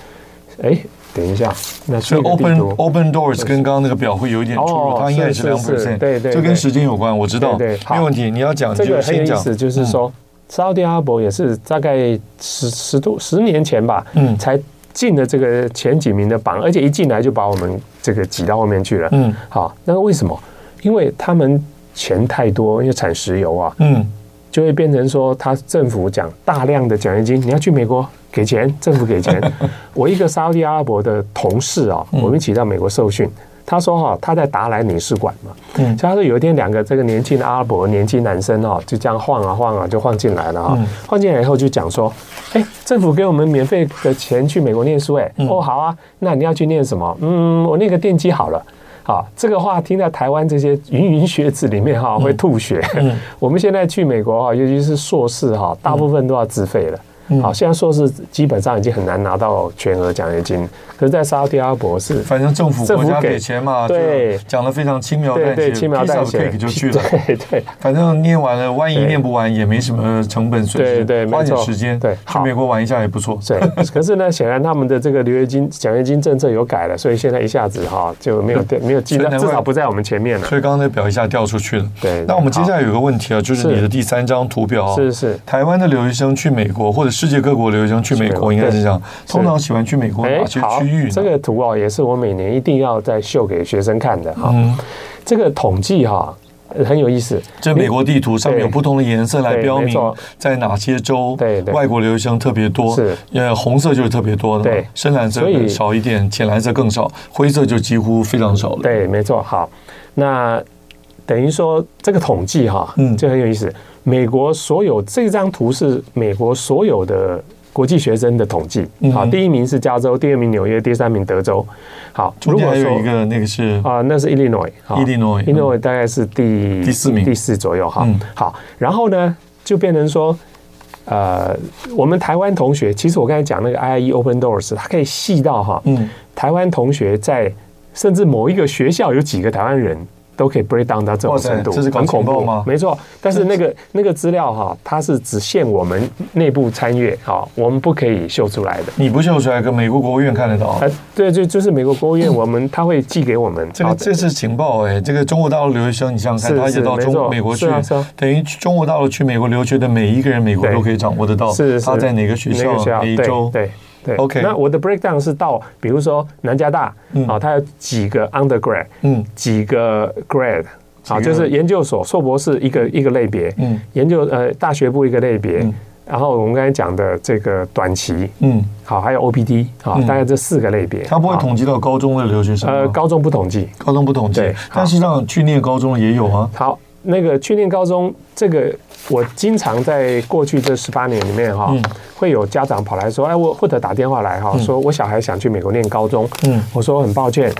[SPEAKER 2] 哎，等一下，那
[SPEAKER 1] 所
[SPEAKER 2] 是
[SPEAKER 1] 以 open open doors
[SPEAKER 2] 是
[SPEAKER 1] 跟刚刚那个表会有一点出入，
[SPEAKER 2] 哦
[SPEAKER 1] 它应该也
[SPEAKER 2] 是
[SPEAKER 1] 是两
[SPEAKER 2] 是
[SPEAKER 1] percent，
[SPEAKER 2] 对对
[SPEAKER 1] 这
[SPEAKER 2] 对
[SPEAKER 1] 跟时间有关，我知道，
[SPEAKER 2] 对对好
[SPEAKER 1] 没问题。你要讲
[SPEAKER 2] 这
[SPEAKER 1] 就
[SPEAKER 2] 个很有
[SPEAKER 1] 先
[SPEAKER 2] 意
[SPEAKER 1] 讲，嗯
[SPEAKER 2] 思，就是说，沙特阿拉伯也是大概十十多十年前吧，
[SPEAKER 1] 嗯
[SPEAKER 2] 才进了这个前几名的榜，而且一进来就把我们这个挤到后面去了。
[SPEAKER 1] 嗯
[SPEAKER 2] 好，那个为什么？因为他们钱太多，因为产石油啊，
[SPEAKER 1] 嗯，
[SPEAKER 2] 就会变成说，他政府讲大量的奖学金，你要去美国给钱，政府 给钱。我一个沙特阿拉伯的同事啊，
[SPEAKER 1] 嗯
[SPEAKER 2] 我们一起到美国受训，他说哈、他在达莱领事馆嘛，
[SPEAKER 1] 嗯
[SPEAKER 2] 所以他说有一天两个这个年轻的阿拉伯年轻男生哈、就这样晃啊晃啊就晃进来了哈、
[SPEAKER 1] 嗯
[SPEAKER 2] 晃进来以后就讲说，哎，政府给我们免费的钱去美国念书，哎，
[SPEAKER 1] 嗯
[SPEAKER 2] 哦好啊，那你要去念什么？嗯，我念个电机好了。好，这个话听在台湾这些芸芸学子里面哈、
[SPEAKER 1] 嗯
[SPEAKER 2] 会吐血。我们现在去美国哈、尤其是硕士哈、大部分都要自费了。
[SPEAKER 1] 嗯
[SPEAKER 2] 好，现在硕士基本上已经很难拿到全额奖学金，可是，在沙特阿拉伯是
[SPEAKER 1] 反正政府
[SPEAKER 2] 政
[SPEAKER 1] 国
[SPEAKER 2] 府
[SPEAKER 1] 家
[SPEAKER 2] 给
[SPEAKER 1] 给钱嘛，
[SPEAKER 2] 对
[SPEAKER 1] 就讲的非常轻描
[SPEAKER 2] 对
[SPEAKER 1] 淡
[SPEAKER 2] 对
[SPEAKER 1] 写，
[SPEAKER 2] 轻描淡
[SPEAKER 1] piece
[SPEAKER 2] 写
[SPEAKER 1] of cake 就去了。
[SPEAKER 2] 对对
[SPEAKER 1] 反正念完了，万一
[SPEAKER 2] 对
[SPEAKER 1] 念不完也没什么成本损失，
[SPEAKER 2] 对对没
[SPEAKER 1] 花点
[SPEAKER 2] 错
[SPEAKER 1] 时间
[SPEAKER 2] 对
[SPEAKER 1] 去
[SPEAKER 2] 好
[SPEAKER 1] 美国玩一下也不错。
[SPEAKER 2] 对。可是呢，显然他们的这个留学金奖学金政策有改了，所以现在一下子哈、就 没有没有进
[SPEAKER 1] 所以
[SPEAKER 2] 到，
[SPEAKER 1] 难怪
[SPEAKER 2] 至少不在我们 前面了。
[SPEAKER 1] 所以刚刚那表一下掉出去了。
[SPEAKER 2] 对
[SPEAKER 1] 那我们接下来有个问题啊，就是
[SPEAKER 2] 是
[SPEAKER 1] 你的第三张图表啊，
[SPEAKER 2] 是是，
[SPEAKER 1] 台湾的留学生去美国，或者世界各国留学生去美
[SPEAKER 2] 去美
[SPEAKER 1] 国，
[SPEAKER 2] 国
[SPEAKER 1] 应该是这样。通常喜欢去美国
[SPEAKER 2] 哎
[SPEAKER 1] 哪，些
[SPEAKER 2] 好
[SPEAKER 1] 区域，呢？
[SPEAKER 2] 这个图哦，也是我每年一定要再秀给学生看的哈、
[SPEAKER 1] 嗯，
[SPEAKER 2] 这个统计哈、呃很有意思，
[SPEAKER 1] 这美国地图上面有不同的颜色来
[SPEAKER 2] 对
[SPEAKER 1] 标
[SPEAKER 2] 没
[SPEAKER 1] 明
[SPEAKER 2] 错
[SPEAKER 1] 在哪些州
[SPEAKER 2] 对对
[SPEAKER 1] 外国留学生特别多，
[SPEAKER 2] 是
[SPEAKER 1] 呃，红色就是特别多的，
[SPEAKER 2] 对
[SPEAKER 1] 深蓝色
[SPEAKER 2] 所以
[SPEAKER 1] 少一点，浅蓝色更少，灰色就几乎非常少了。
[SPEAKER 2] 对，没错。好，那等于说这个统计哈，
[SPEAKER 1] 嗯
[SPEAKER 2] 嗯，就很有意思。美国所有这张图是美国所有的国际学生的统计。
[SPEAKER 1] 嗯
[SPEAKER 2] 好，第一名是加州，第二名纽约，第三名德州。好，
[SPEAKER 1] 中间还有一
[SPEAKER 2] 说
[SPEAKER 1] 个那个是
[SPEAKER 2] 啊、那是 Illinois，好
[SPEAKER 1] Illinois，嗯
[SPEAKER 2] Illinois 大概是第
[SPEAKER 1] 第四名
[SPEAKER 2] 第四左右哈。
[SPEAKER 1] 嗯
[SPEAKER 2] 好，然后呢，就变成说。呃，我们台湾同学，其实我刚才讲那个 IIE Open Doors，它可以细到哈，
[SPEAKER 1] 嗯
[SPEAKER 2] 台湾同学在甚至某一个学校有几个台湾人都可以 break down 到这种程度，
[SPEAKER 1] 哇塞这是搞
[SPEAKER 2] 很恐
[SPEAKER 1] 情报
[SPEAKER 2] 怖
[SPEAKER 1] 吗
[SPEAKER 2] 没错，但是那个那个资料哈、它是只限我们内部参阅，哈、我们不可以秀出来的。
[SPEAKER 1] 你不秀出来，跟美国国务院看得到
[SPEAKER 2] 啊。，对，就就是美国国务院，我们他会寄给我们。
[SPEAKER 1] 这个
[SPEAKER 2] 好
[SPEAKER 1] 啊这是情报哎、这个中国大陆留学生，你想想看，
[SPEAKER 2] 是
[SPEAKER 1] 他一直
[SPEAKER 2] 是
[SPEAKER 1] 到
[SPEAKER 2] 没
[SPEAKER 1] 中
[SPEAKER 2] 错
[SPEAKER 1] 美国去
[SPEAKER 2] 是啊是啊，
[SPEAKER 1] 等于中国大陆去美国留学的每一个人，美国
[SPEAKER 2] 对
[SPEAKER 1] 都可以掌握得到，
[SPEAKER 2] 是是
[SPEAKER 1] 哦他在哪个学
[SPEAKER 2] 哪
[SPEAKER 1] 校
[SPEAKER 2] 个学、校
[SPEAKER 1] 哪一州。
[SPEAKER 2] 对对对
[SPEAKER 1] OK
[SPEAKER 2] 那我的 breakdown 是到，比如说南加大，
[SPEAKER 1] 嗯
[SPEAKER 2] 啊，它有几个 undergrad，
[SPEAKER 1] 嗯
[SPEAKER 2] 几个 grad
[SPEAKER 1] 几
[SPEAKER 2] 啊，
[SPEAKER 1] 个
[SPEAKER 2] 就是研究所、硕博士一个一个类别，
[SPEAKER 1] 嗯
[SPEAKER 2] 研究呃大学部一个类别
[SPEAKER 1] 嗯，
[SPEAKER 2] 然后我们刚才讲的这个短期，
[SPEAKER 1] 嗯，
[SPEAKER 2] 好，还有 OPD 啊
[SPEAKER 1] 嗯，
[SPEAKER 2] 大概这四个类别。
[SPEAKER 1] 他不会
[SPEAKER 2] 啊
[SPEAKER 1] 统计到高中的留学生吗
[SPEAKER 2] 呃，高中不统计。
[SPEAKER 1] 高中不统计
[SPEAKER 2] 对，
[SPEAKER 1] 但事实上去念高中的也有啊。
[SPEAKER 2] 好，那个去念高中这个，我经常在过去这十八年里面哈
[SPEAKER 1] 嗯，
[SPEAKER 2] 会有家长跑来说，哎，我或者打电话来哈，说我小孩想去美国念高中，
[SPEAKER 1] 嗯
[SPEAKER 2] 我说很抱歉，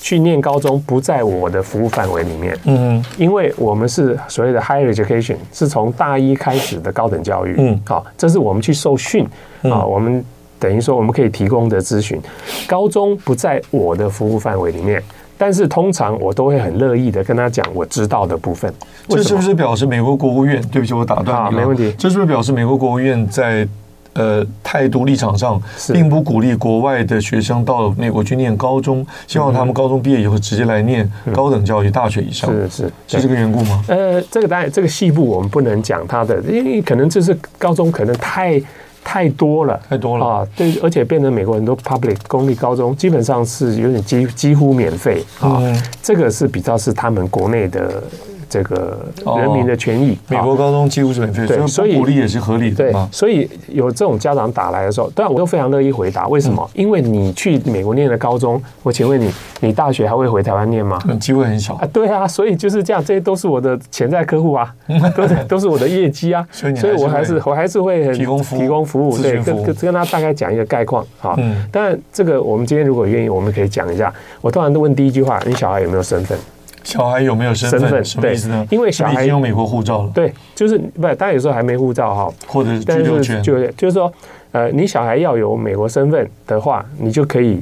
[SPEAKER 2] 去念高中不在我的服务范围里面。
[SPEAKER 1] 嗯
[SPEAKER 2] 因为我们是所谓的 higher education，是从大一开始的高等教育，
[SPEAKER 1] 嗯
[SPEAKER 2] 好，这是我们去受训啊，我们等于说我们可以提供的咨询，高中不在我的服务范围里面，但是通常我都会很乐意的跟他讲我知道的部分，
[SPEAKER 1] 这
[SPEAKER 2] 为
[SPEAKER 1] 是
[SPEAKER 2] 什
[SPEAKER 1] 不
[SPEAKER 2] 么？
[SPEAKER 1] 是表示美国国务院？对不起，我打断你了。
[SPEAKER 2] 啊没问题
[SPEAKER 1] 这是不是表示美国国务院在呃态度立场上，
[SPEAKER 2] 是
[SPEAKER 1] 并不鼓励国外的学生到美国去念高中，希望他们高中毕业以后直接来念高等教育、大学以上，
[SPEAKER 2] 是是
[SPEAKER 1] 是这个缘故吗？
[SPEAKER 2] 呃，这个当然，这个细部我们不能讲它的，因为可能就是高中可能太太多了，
[SPEAKER 1] 太多了
[SPEAKER 2] 啊。对，而且变成美国很多 public 公立高中基本上是有点几几乎免费啊、
[SPEAKER 1] 嗯
[SPEAKER 2] 这个是比较是他们国内的这个
[SPEAKER 1] 哦
[SPEAKER 2] 人民的权益。
[SPEAKER 1] 美
[SPEAKER 2] 啊
[SPEAKER 1] 国高中几乎是免费，
[SPEAKER 2] 对
[SPEAKER 1] 所
[SPEAKER 2] 所
[SPEAKER 1] 以
[SPEAKER 2] 以
[SPEAKER 1] 不鼓励也是合理的
[SPEAKER 2] 对
[SPEAKER 1] 嘛，。
[SPEAKER 2] 所以有这种家长打来的时候，当然我都非常乐意回答。为什么？
[SPEAKER 1] 嗯
[SPEAKER 2] 因为你去美国念了高中，我请问你，你大学还会回台湾念吗？
[SPEAKER 1] 嗯，机会很小
[SPEAKER 2] 啊，，对啊，所以就是这样，这些都是我的潜在客 户啊，都是都是我的业绩啊，
[SPEAKER 1] 所以你
[SPEAKER 2] 我
[SPEAKER 1] 还
[SPEAKER 2] 还
[SPEAKER 1] 是
[SPEAKER 2] 是我还是会很
[SPEAKER 1] 提供服务
[SPEAKER 2] 提供服务，
[SPEAKER 1] 咨
[SPEAKER 2] 对，
[SPEAKER 1] 询服务
[SPEAKER 2] 跟跟跟他大概讲一个概况啊。
[SPEAKER 1] 嗯
[SPEAKER 2] 当然这个我们今天如果愿意，我们可以讲一下。我通常都问第一句话：你小孩有没有身份？
[SPEAKER 1] 小孩有没有身
[SPEAKER 2] 身
[SPEAKER 1] 份？
[SPEAKER 2] 份
[SPEAKER 1] 什么意思呢？
[SPEAKER 2] 对因为小孩
[SPEAKER 1] 是不是已经有美国护照了，
[SPEAKER 2] 对，就是不，当然有时候还没护照哈，
[SPEAKER 1] 或者是居
[SPEAKER 2] 但
[SPEAKER 1] 留
[SPEAKER 2] 是
[SPEAKER 1] 权，
[SPEAKER 2] 就就是说，呃，你小孩要有美国身份的话，你就可以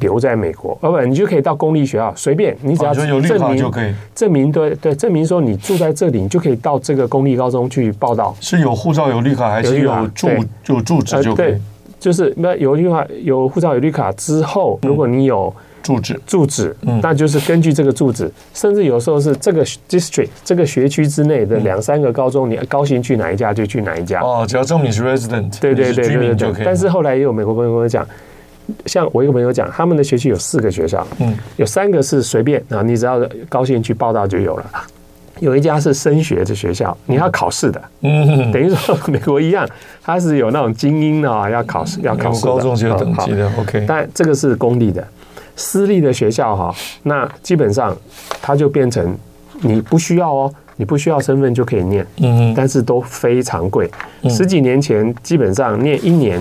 [SPEAKER 2] 留在美国，哦不，你就可以到公立学校，随便你只
[SPEAKER 1] 哦
[SPEAKER 2] 要
[SPEAKER 1] 你说有绿
[SPEAKER 2] 证
[SPEAKER 1] 卡
[SPEAKER 2] 明
[SPEAKER 1] 就可以，
[SPEAKER 2] 证明对对，证明说你住在这里，你就可以到这个公立高中去报道。
[SPEAKER 1] 是有护照有绿卡还是
[SPEAKER 2] 有绿卡
[SPEAKER 1] 有住
[SPEAKER 2] 对
[SPEAKER 1] 有住址就可以
[SPEAKER 2] 呃对？，就是那有绿卡有护照有绿卡之后，如果你有
[SPEAKER 1] 住址
[SPEAKER 2] 住址，
[SPEAKER 1] 嗯
[SPEAKER 2] 那就是根据这个住址，甚至有时候是这个 district 这个学区之内的两三个高中，你高兴去哪一家就去哪一家。
[SPEAKER 1] 哦，只要证明你是 resident，
[SPEAKER 2] 对
[SPEAKER 1] 你
[SPEAKER 2] 对
[SPEAKER 1] 是
[SPEAKER 2] 对
[SPEAKER 1] 居
[SPEAKER 2] 对
[SPEAKER 1] 民就可
[SPEAKER 2] 对
[SPEAKER 1] 以了。
[SPEAKER 2] 对。但是后来也有美国朋友跟我讲，像我一个朋友讲，他们的学区有四个学校，
[SPEAKER 1] 嗯，
[SPEAKER 2] 有三个是随便啊，你只要高兴去报道就有了。有一家是升学的学校，你要考试的，
[SPEAKER 1] 嗯，
[SPEAKER 2] 等于说美国一样，它是有那种精英的啊，要考试要考
[SPEAKER 1] 有
[SPEAKER 2] 试的
[SPEAKER 1] 高中就有
[SPEAKER 2] 嗯
[SPEAKER 1] 等级
[SPEAKER 2] 好
[SPEAKER 1] 的，OK，
[SPEAKER 2] 但这个是公立的，私立的学校哈，那基本上它就变成你不需要哦，你不需要身份就可以念，
[SPEAKER 1] 嗯哼
[SPEAKER 2] 但是都非常贵。十几年前基本上念一年，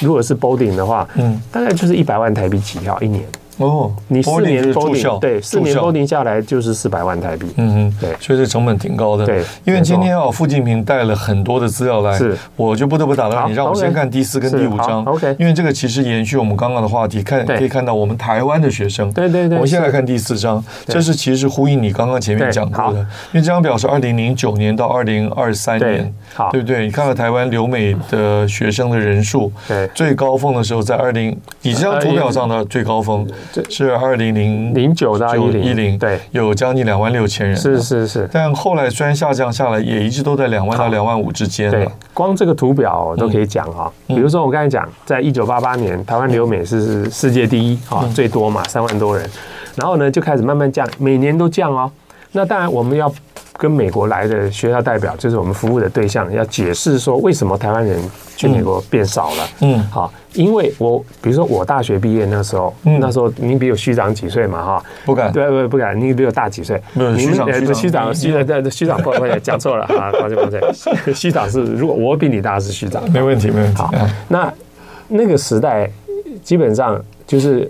[SPEAKER 2] 如果是 boarding 的话，
[SPEAKER 1] 嗯，
[SPEAKER 2] 大概就是一百万台币起跳一年。
[SPEAKER 1] 哦，
[SPEAKER 2] 你四
[SPEAKER 1] boarding 就
[SPEAKER 2] 年
[SPEAKER 1] 是住
[SPEAKER 2] boarding
[SPEAKER 1] 校，
[SPEAKER 2] 对四年
[SPEAKER 1] 住校
[SPEAKER 2] boarding 下来就是四百万台币。
[SPEAKER 1] 嗯哼，
[SPEAKER 2] 对
[SPEAKER 1] 所以这成本挺高的。
[SPEAKER 2] 对
[SPEAKER 1] 因为
[SPEAKER 2] 没错
[SPEAKER 1] 今天啊，傅敬平带了很多的资料来，
[SPEAKER 2] 是
[SPEAKER 1] 我就不得不打断你，
[SPEAKER 2] 好
[SPEAKER 1] 让我先
[SPEAKER 2] OK
[SPEAKER 1] 看第四跟第五章
[SPEAKER 2] 是好，OK
[SPEAKER 1] 因为这个其实延续我们刚刚的话题，看
[SPEAKER 2] 对
[SPEAKER 1] 可以看到我们台湾的学生，
[SPEAKER 2] 对对对
[SPEAKER 1] 我们先
[SPEAKER 2] 是
[SPEAKER 1] 来看第四章，这是其实呼应你刚刚前面
[SPEAKER 2] 对
[SPEAKER 1] 讲过
[SPEAKER 2] 好
[SPEAKER 1] 的，因为这张表是二零零九年到二零二三
[SPEAKER 2] 对
[SPEAKER 1] 年，
[SPEAKER 2] 好
[SPEAKER 1] 对不对？你看到台湾留美的学生的人数，
[SPEAKER 2] 对呃
[SPEAKER 1] 最高峰的时候在二零，你这张图表上的最高峰
[SPEAKER 2] 这
[SPEAKER 1] 是二零零
[SPEAKER 2] 零九到一零
[SPEAKER 1] 一零，
[SPEAKER 2] 对，
[SPEAKER 1] 有将近两万六千人，啊
[SPEAKER 2] 是是是，
[SPEAKER 1] 但后来虽然下降下来，也一直都在两万到两万五之间
[SPEAKER 2] 对
[SPEAKER 1] 了。，
[SPEAKER 2] 光这个图表我都可以讲哈、
[SPEAKER 1] 嗯
[SPEAKER 2] 比如说我刚才讲，在一九八八年，台湾留美是世界第一啊、
[SPEAKER 1] 嗯
[SPEAKER 2] 最多嘛，三万多人。然后呢，就开始慢慢降，每年都降哦。那当然，我们要跟美国来的学校代表，就是我们服务的对象，要解释说为什么台湾人去美国变少了。
[SPEAKER 1] 嗯
[SPEAKER 2] 好，因为我比如说我大学毕业那时候，
[SPEAKER 1] 嗯
[SPEAKER 2] 那时候您比我虚长几岁嘛哈，
[SPEAKER 1] 不敢
[SPEAKER 2] 对不不敢，您比我大几岁，
[SPEAKER 1] 没有
[SPEAKER 2] 你
[SPEAKER 1] 虚
[SPEAKER 2] 们
[SPEAKER 1] 长
[SPEAKER 2] 呃
[SPEAKER 1] 虚
[SPEAKER 2] 不
[SPEAKER 1] 长
[SPEAKER 2] 虚长虚长对对虚呃长，不好意思，讲错了啊，抱歉抱 歉，虚长是如果我比你大是 虚长，
[SPEAKER 1] 没问题，没问题
[SPEAKER 2] 好
[SPEAKER 1] 嗯
[SPEAKER 2] 那那个时代基本上就是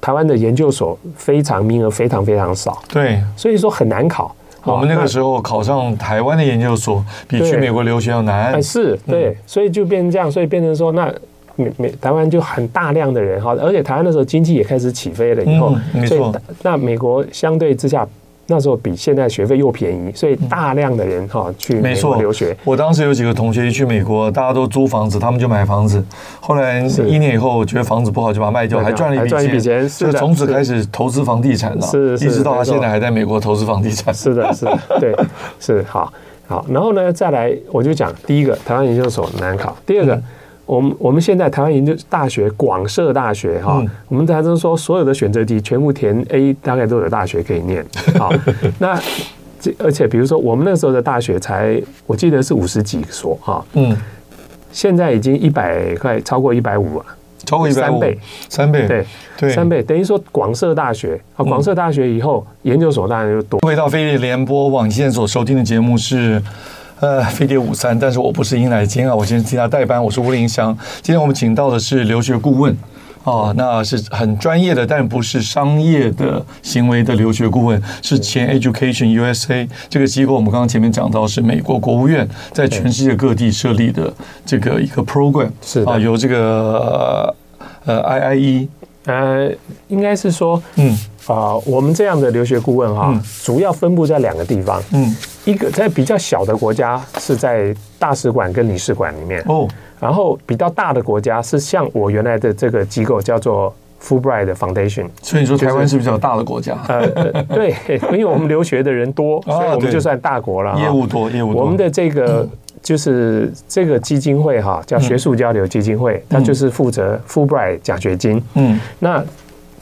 [SPEAKER 2] 台湾的研究所非常名额非常非常少，
[SPEAKER 1] 对
[SPEAKER 2] 所以说很难考。
[SPEAKER 1] 我们那个时
[SPEAKER 2] 候。
[SPEAKER 1] 候考上台湾的研究所，比去
[SPEAKER 2] 对
[SPEAKER 1] 美国留学要难
[SPEAKER 2] 哎，。是
[SPEAKER 1] 嗯
[SPEAKER 2] 对，所以就变成这样，所以变成说，那美美台湾就很大量的人哈，而且台湾那时候经济也开始起飞了以后，
[SPEAKER 1] 嗯没
[SPEAKER 2] 所以
[SPEAKER 1] 错
[SPEAKER 2] 大那美国相对之下。那时候比现在学费又便宜，所以大量的人哈
[SPEAKER 1] 嗯
[SPEAKER 2] 去
[SPEAKER 1] 没
[SPEAKER 2] 美
[SPEAKER 1] 错
[SPEAKER 2] 国留学，
[SPEAKER 1] 我当时有几个同学一去美国，大家都租房子，他们就买房子。后来
[SPEAKER 2] 是
[SPEAKER 1] 一年以后，我觉得房子不好，就把它卖掉，
[SPEAKER 2] 卖
[SPEAKER 1] 还
[SPEAKER 2] 掉
[SPEAKER 1] 赚了
[SPEAKER 2] 还赚
[SPEAKER 1] 一
[SPEAKER 2] 一
[SPEAKER 1] 笔
[SPEAKER 2] 笔
[SPEAKER 1] 钱，
[SPEAKER 2] 钱是
[SPEAKER 1] 就
[SPEAKER 2] 的
[SPEAKER 1] 从此
[SPEAKER 2] 是
[SPEAKER 1] 开始投资房地产了。
[SPEAKER 2] 是是
[SPEAKER 1] 一直到他
[SPEAKER 2] 没错
[SPEAKER 1] 现在还在美国投资房地产。
[SPEAKER 2] 是的，是的，对，是好，好。然后呢，再来我就讲第一个台湾研究所难考，第二个。
[SPEAKER 1] 嗯
[SPEAKER 2] 我们我们现在台湾研究大学广设大学哈、
[SPEAKER 1] 嗯
[SPEAKER 2] 我们台中说所有的选择题全部填 A，大概都有大学可以念。 好，那这而且比如说我们那时候的大学才我记得是五十几所哈、
[SPEAKER 1] 嗯，
[SPEAKER 2] 现在已经一百快超过一百五了。
[SPEAKER 1] 超过一百
[SPEAKER 2] 三
[SPEAKER 1] 五
[SPEAKER 2] 倍，
[SPEAKER 1] 三倍，
[SPEAKER 2] 对
[SPEAKER 1] 对，嗯
[SPEAKER 2] 三。倍等于说广设大学啊，广设大学以后、研究所当然就多。
[SPEAKER 1] 回到飞碟联播网，现在所收听的节目是。呃，飞碟午餐，但是我不是尹乃金啊，我今天替他代班，我是吴林祥。今天我们请到的是留学顾问，哦，那是很专业的，但不是商业的行为的留学顾问，是前 Education USA 这个机构。我们刚刚前面讲到是美国国务院在全世界各地设立的这个一个 program，
[SPEAKER 2] 是的
[SPEAKER 1] 啊，由这个呃呃 IIE，
[SPEAKER 2] 呃，应该是说
[SPEAKER 1] 嗯
[SPEAKER 2] 啊、我们这样的留学顾问哈、
[SPEAKER 1] 嗯
[SPEAKER 2] 主要分布在两个地方，
[SPEAKER 1] 嗯，
[SPEAKER 2] 一个在比较小的国家是在大使馆跟领事馆里面，
[SPEAKER 1] 哦，
[SPEAKER 2] 然后比较大的国家是像我原来的这个机构叫做 Fulbright Foundation。
[SPEAKER 1] 所以你说台湾是比较大的国家，
[SPEAKER 2] 呃， 呃对，因为我们留学的人多，所以我们
[SPEAKER 1] 对
[SPEAKER 2] 就算大国了哈。
[SPEAKER 1] 哦业务多，嗯业务多，
[SPEAKER 2] 我们的这个就是这个基金会哈，叫学术交流基金会，它就是负责 Fulbright 奖学金。
[SPEAKER 1] 嗯。
[SPEAKER 2] 那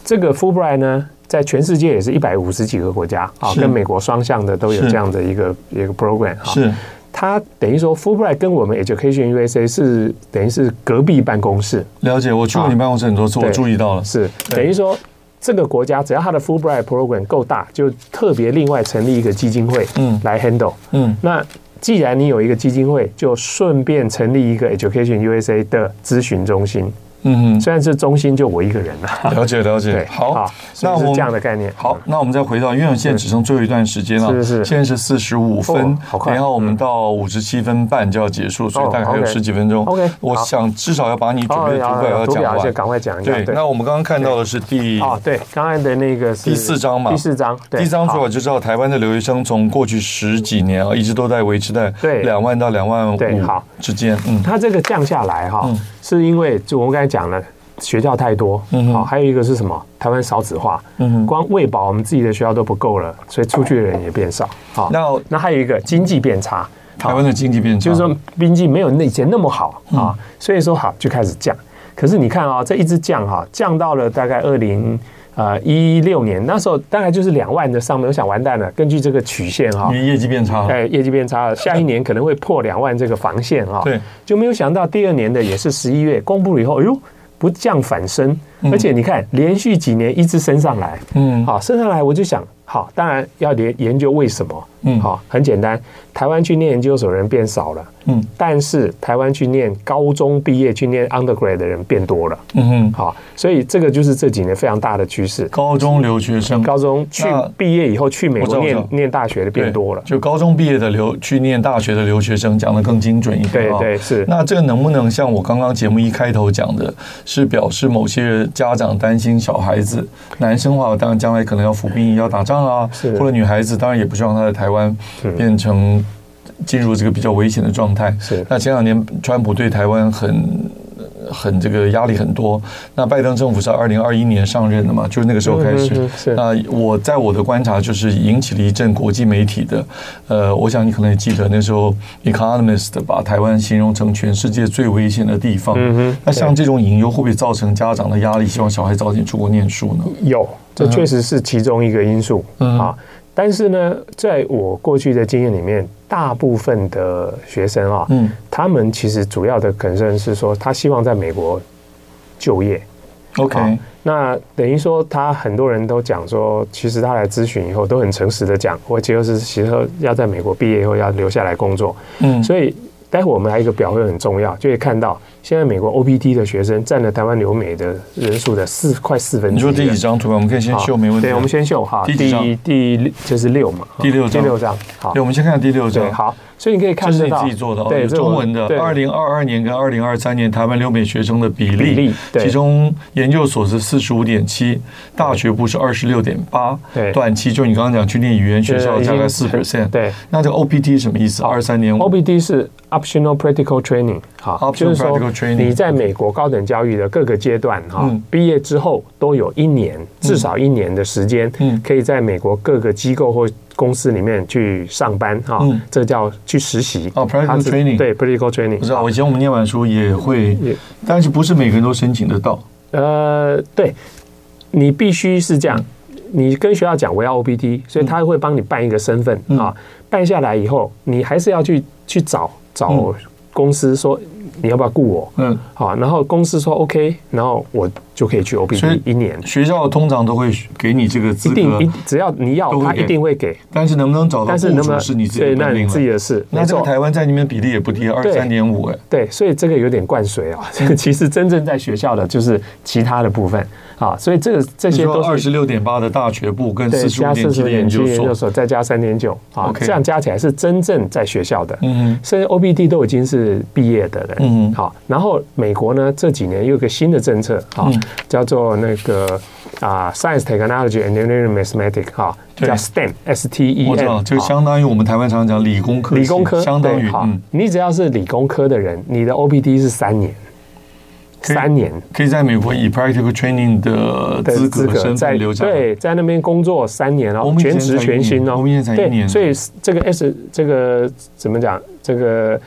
[SPEAKER 2] 这个 Fulbright 呢，在全世界也是一百五十几个国家啊，
[SPEAKER 1] 是
[SPEAKER 2] 跟美国双向的都有
[SPEAKER 1] 是
[SPEAKER 2] 这样的一个一个 program 哈。
[SPEAKER 1] 是，
[SPEAKER 2] 它等于说 Fulbright 跟我们 Education USA 是等于是隔壁办公室，
[SPEAKER 1] 了解。我去过你办公室很多次，我
[SPEAKER 2] 啊对
[SPEAKER 1] 注意到了。
[SPEAKER 2] 是
[SPEAKER 1] 对
[SPEAKER 2] 等于说。这个国家只要它的 Fulbright program 够大，就特别另外成立一个基金会，
[SPEAKER 1] 嗯
[SPEAKER 2] 来 handle。
[SPEAKER 1] 嗯，
[SPEAKER 2] 那既然你有一个基金会，就顺便成立一个 Education USA 的咨询中心，
[SPEAKER 1] 嗯
[SPEAKER 2] 虽然是中心就我一个人
[SPEAKER 1] 哼，
[SPEAKER 2] 了。
[SPEAKER 1] 了解了解
[SPEAKER 2] 对，。
[SPEAKER 1] 好，
[SPEAKER 2] 所以是这样的概念。嗯
[SPEAKER 1] 好，那我们再回到，因为我们现在只剩最后一段时间了，
[SPEAKER 2] 是是
[SPEAKER 1] 现在是四十五分
[SPEAKER 2] 哦，好快哦
[SPEAKER 1] 等一下我们到五十七分半就要结束，所以大概还有
[SPEAKER 2] OK
[SPEAKER 1] 十几分钟。
[SPEAKER 2] OK，
[SPEAKER 1] 我
[SPEAKER 2] 好
[SPEAKER 1] 想至少要把你准备的读
[SPEAKER 2] 哦
[SPEAKER 1] 本要
[SPEAKER 2] 读
[SPEAKER 1] 讲
[SPEAKER 2] 表先
[SPEAKER 1] 完。
[SPEAKER 2] 赶快讲一下。
[SPEAKER 1] 对，那我们刚刚看到的是第
[SPEAKER 2] 哦，对，刚才的那个是
[SPEAKER 1] 第四章嘛
[SPEAKER 2] 第四章，对
[SPEAKER 1] 第一章主
[SPEAKER 2] 好
[SPEAKER 1] 要就知道台湾的留学生从过去十几年啊，一直都在维持在
[SPEAKER 2] 对
[SPEAKER 1] 两万到两万
[SPEAKER 2] 对
[SPEAKER 1] 五
[SPEAKER 2] 好
[SPEAKER 1] 之间。嗯，
[SPEAKER 2] 它这个降下来哈、
[SPEAKER 1] 嗯
[SPEAKER 2] 是因为就我们刚才讲了，学校太多，好、
[SPEAKER 1] 嗯哼
[SPEAKER 2] 还有一个是什么？台湾少子化，
[SPEAKER 1] 嗯哼
[SPEAKER 2] 光喂饱我们自己的学校都不够了，所以出去的人也变少，好、
[SPEAKER 1] 那
[SPEAKER 2] 那还有一个经济变差，
[SPEAKER 1] 台湾的嗯经济变差，
[SPEAKER 2] 就是说经济没有那以前那么好啊，所以说好就开始降。可是你看啊、这一直降哈、降到了大概二零呃一六年那时候，大概就是两万的上面，我想完蛋了。根据这个曲线哈、
[SPEAKER 1] 因为业绩变差了。
[SPEAKER 2] 哎，业绩变差了，下一年可能会破两万这个防线啊、
[SPEAKER 1] 对，
[SPEAKER 2] 就没有想到第二年的也是十一月公布了以后，哎呦，不降反升，而且你看连续几年一直升上来，
[SPEAKER 1] 嗯，
[SPEAKER 2] 好、升上来我就想，好，当然要研研究为什么，
[SPEAKER 1] 嗯
[SPEAKER 2] 好、很简单，台湾去念研究所的人变少了，
[SPEAKER 1] 嗯
[SPEAKER 2] 但是台湾去念高中毕业去念 undergrad 的人变多了，
[SPEAKER 1] 嗯哼，
[SPEAKER 2] 好、所以这个就是这几年非常大的趋势。
[SPEAKER 1] 高中留学生
[SPEAKER 2] 高中去
[SPEAKER 1] 那
[SPEAKER 2] 毕业以后去美
[SPEAKER 1] 我知
[SPEAKER 2] 国
[SPEAKER 1] 道我知
[SPEAKER 2] 念
[SPEAKER 1] 道
[SPEAKER 2] 念大学的变
[SPEAKER 1] 对
[SPEAKER 2] 多了，
[SPEAKER 1] 就高中毕业的留去念大学的留学生讲的更精准一点、
[SPEAKER 2] 对
[SPEAKER 1] 啊。
[SPEAKER 2] 对是。
[SPEAKER 1] 那这个能不能像我刚刚节目一开头讲的，是表示某些家长担心小孩子，男生的话当然将来可能要服兵役、要打仗啊，
[SPEAKER 2] 是
[SPEAKER 1] 或者女孩子当然也不希望她在台湾变成进入这个比较危险的状态。
[SPEAKER 2] 是
[SPEAKER 1] 那前两年川普对台湾很。很这个压力很多，那拜登政府是二零二一年上任的嘛，就是那个时候开始。
[SPEAKER 2] 嗯嗯嗯是
[SPEAKER 1] 那呃我在我的观察就是引起了一阵国际媒体的，呃，我想你可能也记得那时候《Economist》把台湾形容成全世界最危险的地方。
[SPEAKER 2] 嗯哼
[SPEAKER 1] 那像这种隐忧会不会造成家长的压力，希望小孩早点出国念书呢？
[SPEAKER 2] 有，这
[SPEAKER 1] 嗯
[SPEAKER 2] 确实是其中一个因素、
[SPEAKER 1] 嗯
[SPEAKER 2] 啊。但是呢，在我过去的经验里面，大部分的学生啊，
[SPEAKER 1] 嗯，
[SPEAKER 2] 他们其实主要的 concern 是说，他希望在美国就业。
[SPEAKER 1] OK，
[SPEAKER 2] 那等于说，他很多人都讲说，其实他来咨询以后都很诚实的讲，我就是其实要在美国毕业以后要留下来工作。
[SPEAKER 1] 嗯，
[SPEAKER 2] 所以待会我们还有一个表会很重要，就会看到现在美国 OPT 的学生占了台湾留美的人数的四快四分
[SPEAKER 1] 你
[SPEAKER 2] 之一
[SPEAKER 1] 说
[SPEAKER 2] 了。
[SPEAKER 1] 第几张图吧，我们可以先
[SPEAKER 2] 好
[SPEAKER 1] 秀，没问题。啊
[SPEAKER 2] 对，我们，先秀哈，
[SPEAKER 1] 第
[SPEAKER 2] 第
[SPEAKER 1] 几章
[SPEAKER 2] 第六就是六嘛，
[SPEAKER 1] 第六章
[SPEAKER 2] 第六章，好
[SPEAKER 1] 对，，我们先看第六
[SPEAKER 2] 对，
[SPEAKER 1] 张。
[SPEAKER 2] 好，所以你可以看
[SPEAKER 1] 这是
[SPEAKER 2] 得
[SPEAKER 1] 你
[SPEAKER 2] 到
[SPEAKER 1] 自己做的哦，
[SPEAKER 2] 对，
[SPEAKER 1] 有
[SPEAKER 2] 这
[SPEAKER 1] 中文的
[SPEAKER 2] 我对
[SPEAKER 1] 二零二二年跟二零二三年台湾留美学生的比例，
[SPEAKER 2] 比例对
[SPEAKER 1] 其中研究所是四十五点七，大学部是二十六点八，
[SPEAKER 2] 对
[SPEAKER 1] 短期就你刚刚讲去念语言学校
[SPEAKER 2] 对已
[SPEAKER 1] 大
[SPEAKER 2] 经
[SPEAKER 1] 概四 percent，
[SPEAKER 2] 对
[SPEAKER 1] 那这个 OPT 什么意思？二三年五
[SPEAKER 2] OPT 是 Optional Practical Training，好，
[SPEAKER 1] Optional
[SPEAKER 2] 就是说
[SPEAKER 1] Practical Training
[SPEAKER 2] 你在美国高等教育的各个阶段哈
[SPEAKER 1] 嗯，
[SPEAKER 2] 毕业之后都有一年至少一年的时间
[SPEAKER 1] 嗯，
[SPEAKER 2] 可以在美国各个机构或公司里面去上班哈
[SPEAKER 1] 嗯，
[SPEAKER 2] 这叫去实习
[SPEAKER 1] 哦，practical
[SPEAKER 2] 它是
[SPEAKER 1] training
[SPEAKER 2] 对 Practical
[SPEAKER 1] 不
[SPEAKER 2] Training
[SPEAKER 1] 知。道，以前我们念完书也会
[SPEAKER 2] 也，
[SPEAKER 1] 但是不是每个人都申请得到？
[SPEAKER 2] 呃，对，你必须是这样，你跟学校讲我要 OPT，所以他会帮你办一个身份、
[SPEAKER 1] 嗯
[SPEAKER 2] 啊，办下来以后，你还是要去去找
[SPEAKER 1] 嗯
[SPEAKER 2] 找公司说你要不要雇我。
[SPEAKER 1] 嗯，
[SPEAKER 2] 好，然后公司说 OK，然后我就可以去
[SPEAKER 1] 所以
[SPEAKER 2] OPT 一年，
[SPEAKER 1] 学校通常都会给你这个
[SPEAKER 2] 一
[SPEAKER 1] 资
[SPEAKER 2] 定一
[SPEAKER 1] 格，
[SPEAKER 2] 只要你要
[SPEAKER 1] 都，会
[SPEAKER 2] 他
[SPEAKER 1] 给
[SPEAKER 2] 一定会给，
[SPEAKER 1] 但是能不能找到
[SPEAKER 2] 但是
[SPEAKER 1] 雇
[SPEAKER 2] 能不能
[SPEAKER 1] 主是你自己
[SPEAKER 2] 对，
[SPEAKER 1] 的
[SPEAKER 2] 那
[SPEAKER 1] 本
[SPEAKER 2] 你
[SPEAKER 1] 领
[SPEAKER 2] 自己
[SPEAKER 1] 了。
[SPEAKER 2] 的事，
[SPEAKER 1] 那
[SPEAKER 2] 没
[SPEAKER 1] 这个
[SPEAKER 2] 错
[SPEAKER 1] 台湾在那边比例也不低，二
[SPEAKER 2] 对
[SPEAKER 1] 三点五哎。
[SPEAKER 2] 对，所以这个有点灌水啊。 这个其实真正在学校的就是其他的部分啊，所以这个这
[SPEAKER 1] 你
[SPEAKER 2] 些
[SPEAKER 1] 说
[SPEAKER 2] 都
[SPEAKER 1] 二
[SPEAKER 2] 是
[SPEAKER 1] 十六点八的大学部跟
[SPEAKER 2] 对，
[SPEAKER 1] 四十五
[SPEAKER 2] 加
[SPEAKER 1] 点
[SPEAKER 2] 四
[SPEAKER 1] 七
[SPEAKER 2] 十
[SPEAKER 1] 的
[SPEAKER 2] 点
[SPEAKER 1] 研
[SPEAKER 2] 七
[SPEAKER 1] 究
[SPEAKER 2] 研究
[SPEAKER 1] 所，
[SPEAKER 2] 所，再加三点九啊，
[SPEAKER 1] OK
[SPEAKER 2] 这样加起来是真正在学校的。
[SPEAKER 1] 嗯哼，
[SPEAKER 2] 甚至 OBD 都已经是毕业的人，
[SPEAKER 1] 嗯
[SPEAKER 2] 好，然后美国呢这几年又有个新的政策啊，
[SPEAKER 1] 嗯
[SPEAKER 2] 叫做那个啊 Science Technology Engineering Mathematics 哈，
[SPEAKER 1] 对
[SPEAKER 2] 叫 STEM S T E
[SPEAKER 1] 我知
[SPEAKER 2] M，
[SPEAKER 1] 道，就
[SPEAKER 2] 好
[SPEAKER 1] 相当于我们台湾常讲理工科系，
[SPEAKER 2] 理工科
[SPEAKER 1] 相当
[SPEAKER 2] 对
[SPEAKER 1] 于
[SPEAKER 2] 好
[SPEAKER 1] 嗯，，
[SPEAKER 2] 你只要是理工科的人，你的 OBD 是三年，
[SPEAKER 1] 可以
[SPEAKER 2] 三年
[SPEAKER 1] 可以在美国以 practical training 的
[SPEAKER 2] 的
[SPEAKER 1] 资
[SPEAKER 2] 资
[SPEAKER 1] 格
[SPEAKER 2] 格
[SPEAKER 1] 身
[SPEAKER 2] 在
[SPEAKER 1] 份留下来。
[SPEAKER 2] 对，在那边工作三年
[SPEAKER 1] 我
[SPEAKER 2] 哦，
[SPEAKER 1] 们以前
[SPEAKER 2] 全职
[SPEAKER 1] 才一
[SPEAKER 2] 全薪
[SPEAKER 1] 年
[SPEAKER 2] 哦，
[SPEAKER 1] 我们以前才一年
[SPEAKER 2] 对，所以这个 S 这个怎么讲？这个呃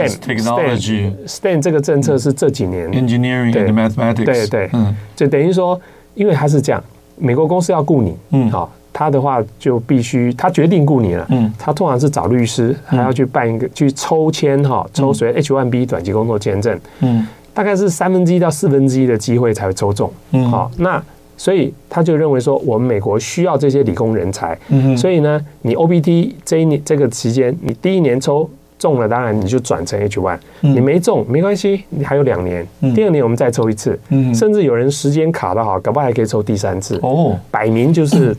[SPEAKER 1] Science, technology, 嗯
[SPEAKER 2] STEM STEM 这个政策是这几年，
[SPEAKER 1] engineering
[SPEAKER 2] 对
[SPEAKER 1] and mathematics，
[SPEAKER 2] 对对
[SPEAKER 1] 嗯，
[SPEAKER 2] 就等于说，因为它是这样，美国公司要雇你，
[SPEAKER 1] 嗯
[SPEAKER 2] 好、他的话就必须他决定雇你了，
[SPEAKER 1] 嗯
[SPEAKER 2] 他通常是找律师，还要去办一个去抽签哈、抽谁 H1B 短期工作签证，
[SPEAKER 1] 嗯
[SPEAKER 2] 大概是三分之一到四分之一的机会才会抽中。
[SPEAKER 1] 嗯
[SPEAKER 2] 好、那所以他就认为说，我们美国需要这些理工人才，
[SPEAKER 1] 嗯哼
[SPEAKER 2] 所以呢，你 OBT 这一年这个期间，你第一年抽中了当然你就转成 H one，、你
[SPEAKER 1] 嗯
[SPEAKER 2] 没中没关系，你还有两年，第二年我们再抽一次，
[SPEAKER 1] 嗯
[SPEAKER 2] 甚至有人时间卡得好，搞不好还可以抽第三次。
[SPEAKER 1] 哦，
[SPEAKER 2] 摆 明就是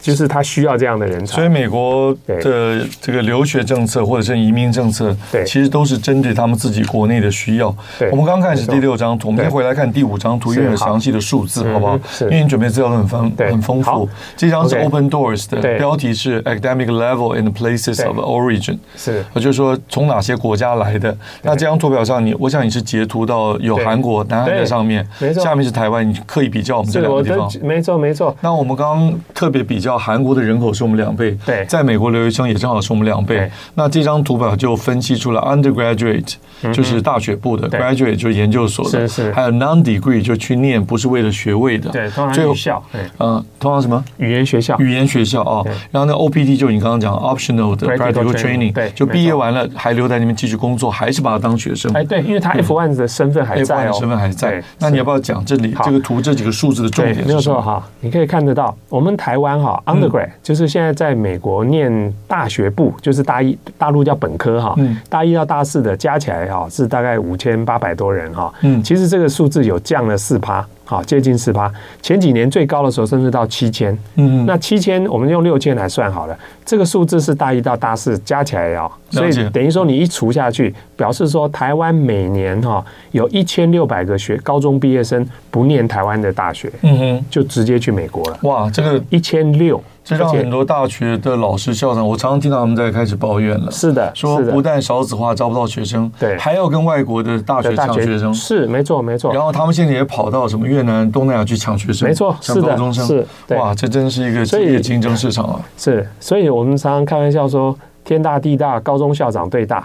[SPEAKER 2] 就是他需要这样的人
[SPEAKER 1] 所以
[SPEAKER 2] 才。
[SPEAKER 1] 美国的这个留学政策或者是移民政策，
[SPEAKER 2] 对
[SPEAKER 1] 其实都是针对他们自己国内的需要。
[SPEAKER 2] 对
[SPEAKER 1] 我们刚看是第
[SPEAKER 2] 没错
[SPEAKER 1] 六张图，我们
[SPEAKER 2] 对
[SPEAKER 1] 先回来看第五张图，因为有
[SPEAKER 2] 好
[SPEAKER 1] 详细的数字，
[SPEAKER 2] 嗯
[SPEAKER 1] 好不好？
[SPEAKER 2] 是
[SPEAKER 1] 因为你准备资料都很丰
[SPEAKER 2] 对
[SPEAKER 1] 很丰富
[SPEAKER 2] 好。
[SPEAKER 1] 这张是
[SPEAKER 2] OK
[SPEAKER 1] Open Doors 的
[SPEAKER 2] 对
[SPEAKER 1] 标题是 Academic Level and Places
[SPEAKER 2] 对
[SPEAKER 1] of Origin，呃
[SPEAKER 2] 是
[SPEAKER 1] 也就是说从哪些国家来的。那这张图表上，你我想你是截图到有
[SPEAKER 2] 对
[SPEAKER 1] 韩国、南韩在
[SPEAKER 2] 对
[SPEAKER 1] 上面
[SPEAKER 2] 没，错
[SPEAKER 1] 下面是台湾，你刻意比较我们这
[SPEAKER 2] 是，
[SPEAKER 1] 两
[SPEAKER 2] 我
[SPEAKER 1] 个地
[SPEAKER 2] 都
[SPEAKER 1] 方。
[SPEAKER 2] 没错没错，
[SPEAKER 1] 那我们刚刚特别比较韩国的人口是我们两倍，
[SPEAKER 2] 对
[SPEAKER 1] 在美国留学生也正好是我们两倍
[SPEAKER 2] 对。
[SPEAKER 1] 那这张图表就分析出了 undergraduate 就是大学部的
[SPEAKER 2] 嗯对
[SPEAKER 1] ，graduate 就是研究所的，
[SPEAKER 2] 是是
[SPEAKER 1] 还有 non-degree 就去念不是为了学位的，
[SPEAKER 2] 对，通
[SPEAKER 1] 最
[SPEAKER 2] 常
[SPEAKER 1] 后
[SPEAKER 2] 语校，对，
[SPEAKER 1] 呃，通常什么？
[SPEAKER 2] 语言学校，
[SPEAKER 1] 语言学校啊
[SPEAKER 2] 对，
[SPEAKER 1] 然后那 OPT 就你刚刚讲 optional 的
[SPEAKER 2] Practical
[SPEAKER 1] practical
[SPEAKER 2] training，对
[SPEAKER 1] training，就
[SPEAKER 2] 没错
[SPEAKER 1] 毕业完了还留在那边继续工作，还是把它当学生。哎
[SPEAKER 2] 哎，对，因为他 F one 的身份还
[SPEAKER 1] A
[SPEAKER 2] 在
[SPEAKER 1] 的
[SPEAKER 2] 哦，
[SPEAKER 1] 身份还在
[SPEAKER 2] 对，
[SPEAKER 1] 那你
[SPEAKER 2] 是
[SPEAKER 1] 要不要讲这里
[SPEAKER 2] 好
[SPEAKER 1] 这个图这几个数字的重
[SPEAKER 2] 对，
[SPEAKER 1] 点
[SPEAKER 2] 没
[SPEAKER 1] 是
[SPEAKER 2] 有
[SPEAKER 1] 什
[SPEAKER 2] 错
[SPEAKER 1] 么？嗯
[SPEAKER 2] 哈，你可以看得到，我们台湾哈，undergrad、就是现在在美国念大学部，就是大一大陆叫本科哈，
[SPEAKER 1] 嗯
[SPEAKER 2] 大一到大四的加起来哈是大概五千八百多人哈，
[SPEAKER 1] 嗯
[SPEAKER 2] 其实这个数字有降了四趴，好接近四趴，前几年最高的时候甚至到七千，
[SPEAKER 1] 嗯，
[SPEAKER 2] 那七千我们用六千来算好了，这个数字是大一到大四加起来哦，所
[SPEAKER 1] 了解
[SPEAKER 2] 以等于说你一除下去，表示说台湾每年哈、有一千六百个学高中毕业生不念台湾的大学，
[SPEAKER 1] 嗯哼，
[SPEAKER 2] 就直接去美国了，
[SPEAKER 1] 哇，这个
[SPEAKER 2] 一千六，
[SPEAKER 1] 这让
[SPEAKER 2] 而且
[SPEAKER 1] 很多大学的老师、校长，我常常听到他们在开始抱怨了，
[SPEAKER 2] 是的，
[SPEAKER 1] 说
[SPEAKER 2] 是的
[SPEAKER 1] 不但少子化招不到学生，
[SPEAKER 2] 对
[SPEAKER 1] 还要跟外国的大学
[SPEAKER 2] 的大
[SPEAKER 1] 抢学生，
[SPEAKER 2] 是没错没错，
[SPEAKER 1] 然后他们现在也跑到什么越南、东南亚去抢学生，
[SPEAKER 2] 没错
[SPEAKER 1] 抢
[SPEAKER 2] 是的
[SPEAKER 1] 高中生，
[SPEAKER 2] 是对
[SPEAKER 1] 哇，这真是一个激
[SPEAKER 2] 所以
[SPEAKER 1] 烈竞争市场 啊！
[SPEAKER 2] 是，所以我们常常开玩笑说。天大地大，高中校长 最大，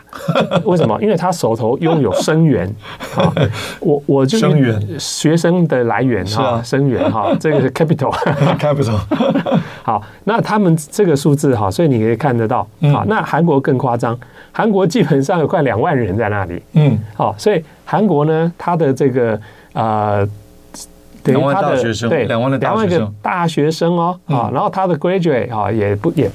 [SPEAKER 2] 为什么？因为他手头拥有生源啊！我我就
[SPEAKER 1] 生源
[SPEAKER 2] 学生的来源
[SPEAKER 1] 是啊
[SPEAKER 2] 哈，生源 哈，这个是 capital。
[SPEAKER 1] capital，
[SPEAKER 2] 好，那他们这个数字哈，所以你可以看得到。
[SPEAKER 1] 嗯
[SPEAKER 2] 好，那韩国更夸张，韩国基本上有快两万人在那里。
[SPEAKER 1] 嗯，
[SPEAKER 2] 好，所以韩国呢，它的这个呃，等
[SPEAKER 1] 两
[SPEAKER 2] 于
[SPEAKER 1] 万
[SPEAKER 2] 它
[SPEAKER 1] 大
[SPEAKER 2] 的
[SPEAKER 1] 学生
[SPEAKER 2] 对
[SPEAKER 1] 两万的大
[SPEAKER 2] 两万
[SPEAKER 1] 学
[SPEAKER 2] 个
[SPEAKER 1] 生嗯
[SPEAKER 2] 大学生哦，啊，然后它的 graduate 啊也不也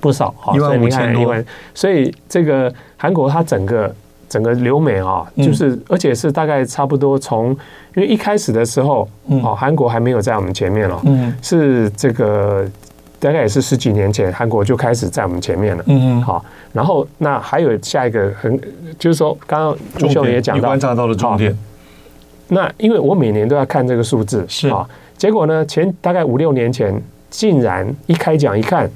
[SPEAKER 2] 不少，啊
[SPEAKER 1] 一万
[SPEAKER 2] 所以你看
[SPEAKER 1] 五千多
[SPEAKER 2] 一万所以这个韩国它整个整个留美啊，
[SPEAKER 1] 嗯
[SPEAKER 2] 就是、而且是大概差不多从，因为一开始的时候，
[SPEAKER 1] 嗯
[SPEAKER 2] 哦，韩国还没有在我们前面哦，
[SPEAKER 1] 嗯
[SPEAKER 2] 是这个大概也是十几年前，韩国就开始在我们前面了。
[SPEAKER 1] 嗯嗯，
[SPEAKER 2] 好，然后那还有下一个很，就是说刚刚吴
[SPEAKER 1] 重
[SPEAKER 2] 秀
[SPEAKER 1] 点
[SPEAKER 2] 也讲
[SPEAKER 1] 你
[SPEAKER 2] 到
[SPEAKER 1] 观，察到了重点，
[SPEAKER 2] 那因为我每年都要看这个数字，
[SPEAKER 1] 是
[SPEAKER 2] 啊，结果呢，前大概五六年前，竟然一开奖一看，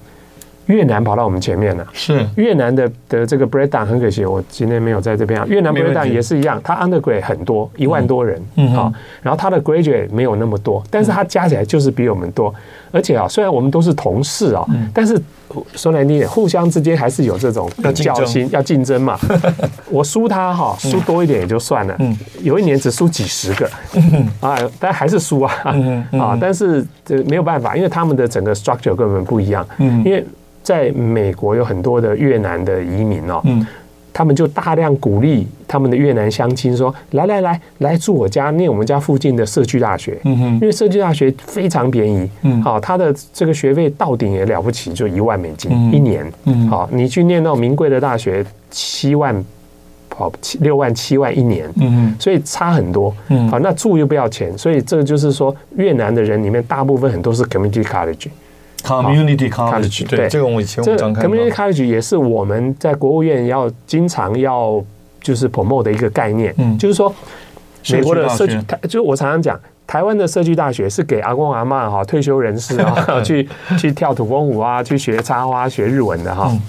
[SPEAKER 2] 越南跑到我们前面了。
[SPEAKER 1] 是
[SPEAKER 2] 越南的的这个 breakdown 很可惜，我今天没有在这边啊。越南
[SPEAKER 1] 没问题
[SPEAKER 2] breakdown 也是一样，它 undergrad 很多，一万多人
[SPEAKER 1] 嗯哼嗯
[SPEAKER 2] 啊、然后它的 graduate 没有那么多，但是它加起来就是比我们多。而且啊，虽然我们都是同事啊，
[SPEAKER 1] 嗯
[SPEAKER 2] 但是说难听点，互相之间还是有这种
[SPEAKER 1] 要竞争
[SPEAKER 2] 较心，要竞 争嘛。我输他哈、输多一点也就算了，
[SPEAKER 1] 嗯
[SPEAKER 2] 有一年只输几十个、啊，但还是输啊、
[SPEAKER 1] 嗯嗯
[SPEAKER 2] 啊，但是这没有办法，因为他们的整个 structure 跟我们不一样，
[SPEAKER 1] 嗯
[SPEAKER 2] 因为在美国有很多的越南的移民哦，
[SPEAKER 1] 嗯
[SPEAKER 2] 他们就大量鼓励他们的越南乡亲说：“来来来，来住我家，念我们家附近的社区大学。”
[SPEAKER 1] 嗯哼
[SPEAKER 2] 因为社区大学非常便宜，
[SPEAKER 1] 嗯
[SPEAKER 2] 好、它的这个学费到顶也了不起，就一万美金、
[SPEAKER 1] 嗯
[SPEAKER 2] 一年，
[SPEAKER 1] 嗯
[SPEAKER 2] 好、你去念到名贵的大学，七万，好七六万七万一年，
[SPEAKER 1] 嗯
[SPEAKER 2] 所以差很多。
[SPEAKER 1] 嗯
[SPEAKER 2] 好，那住又不要钱，所以这个就是说，越南的人里面大部分很多是 community college。
[SPEAKER 1] ，community college，对
[SPEAKER 2] 对
[SPEAKER 1] 这个我以前我
[SPEAKER 2] 这
[SPEAKER 1] 们
[SPEAKER 2] 个
[SPEAKER 1] 常看到
[SPEAKER 2] community college 也是我们在国务院要经常要就是 promote 的一个概念，
[SPEAKER 1] 嗯
[SPEAKER 2] 就是说
[SPEAKER 1] 社区
[SPEAKER 2] 美国的
[SPEAKER 1] 大
[SPEAKER 2] 社
[SPEAKER 1] 学
[SPEAKER 2] 区，它就是我常常讲。台湾的社区大学是给阿公阿嬷哈 退休人 士啊
[SPEAKER 1] 嗯
[SPEAKER 2] 去去跳土风舞啊，去学插花、学日文的哈。
[SPEAKER 1] 嗯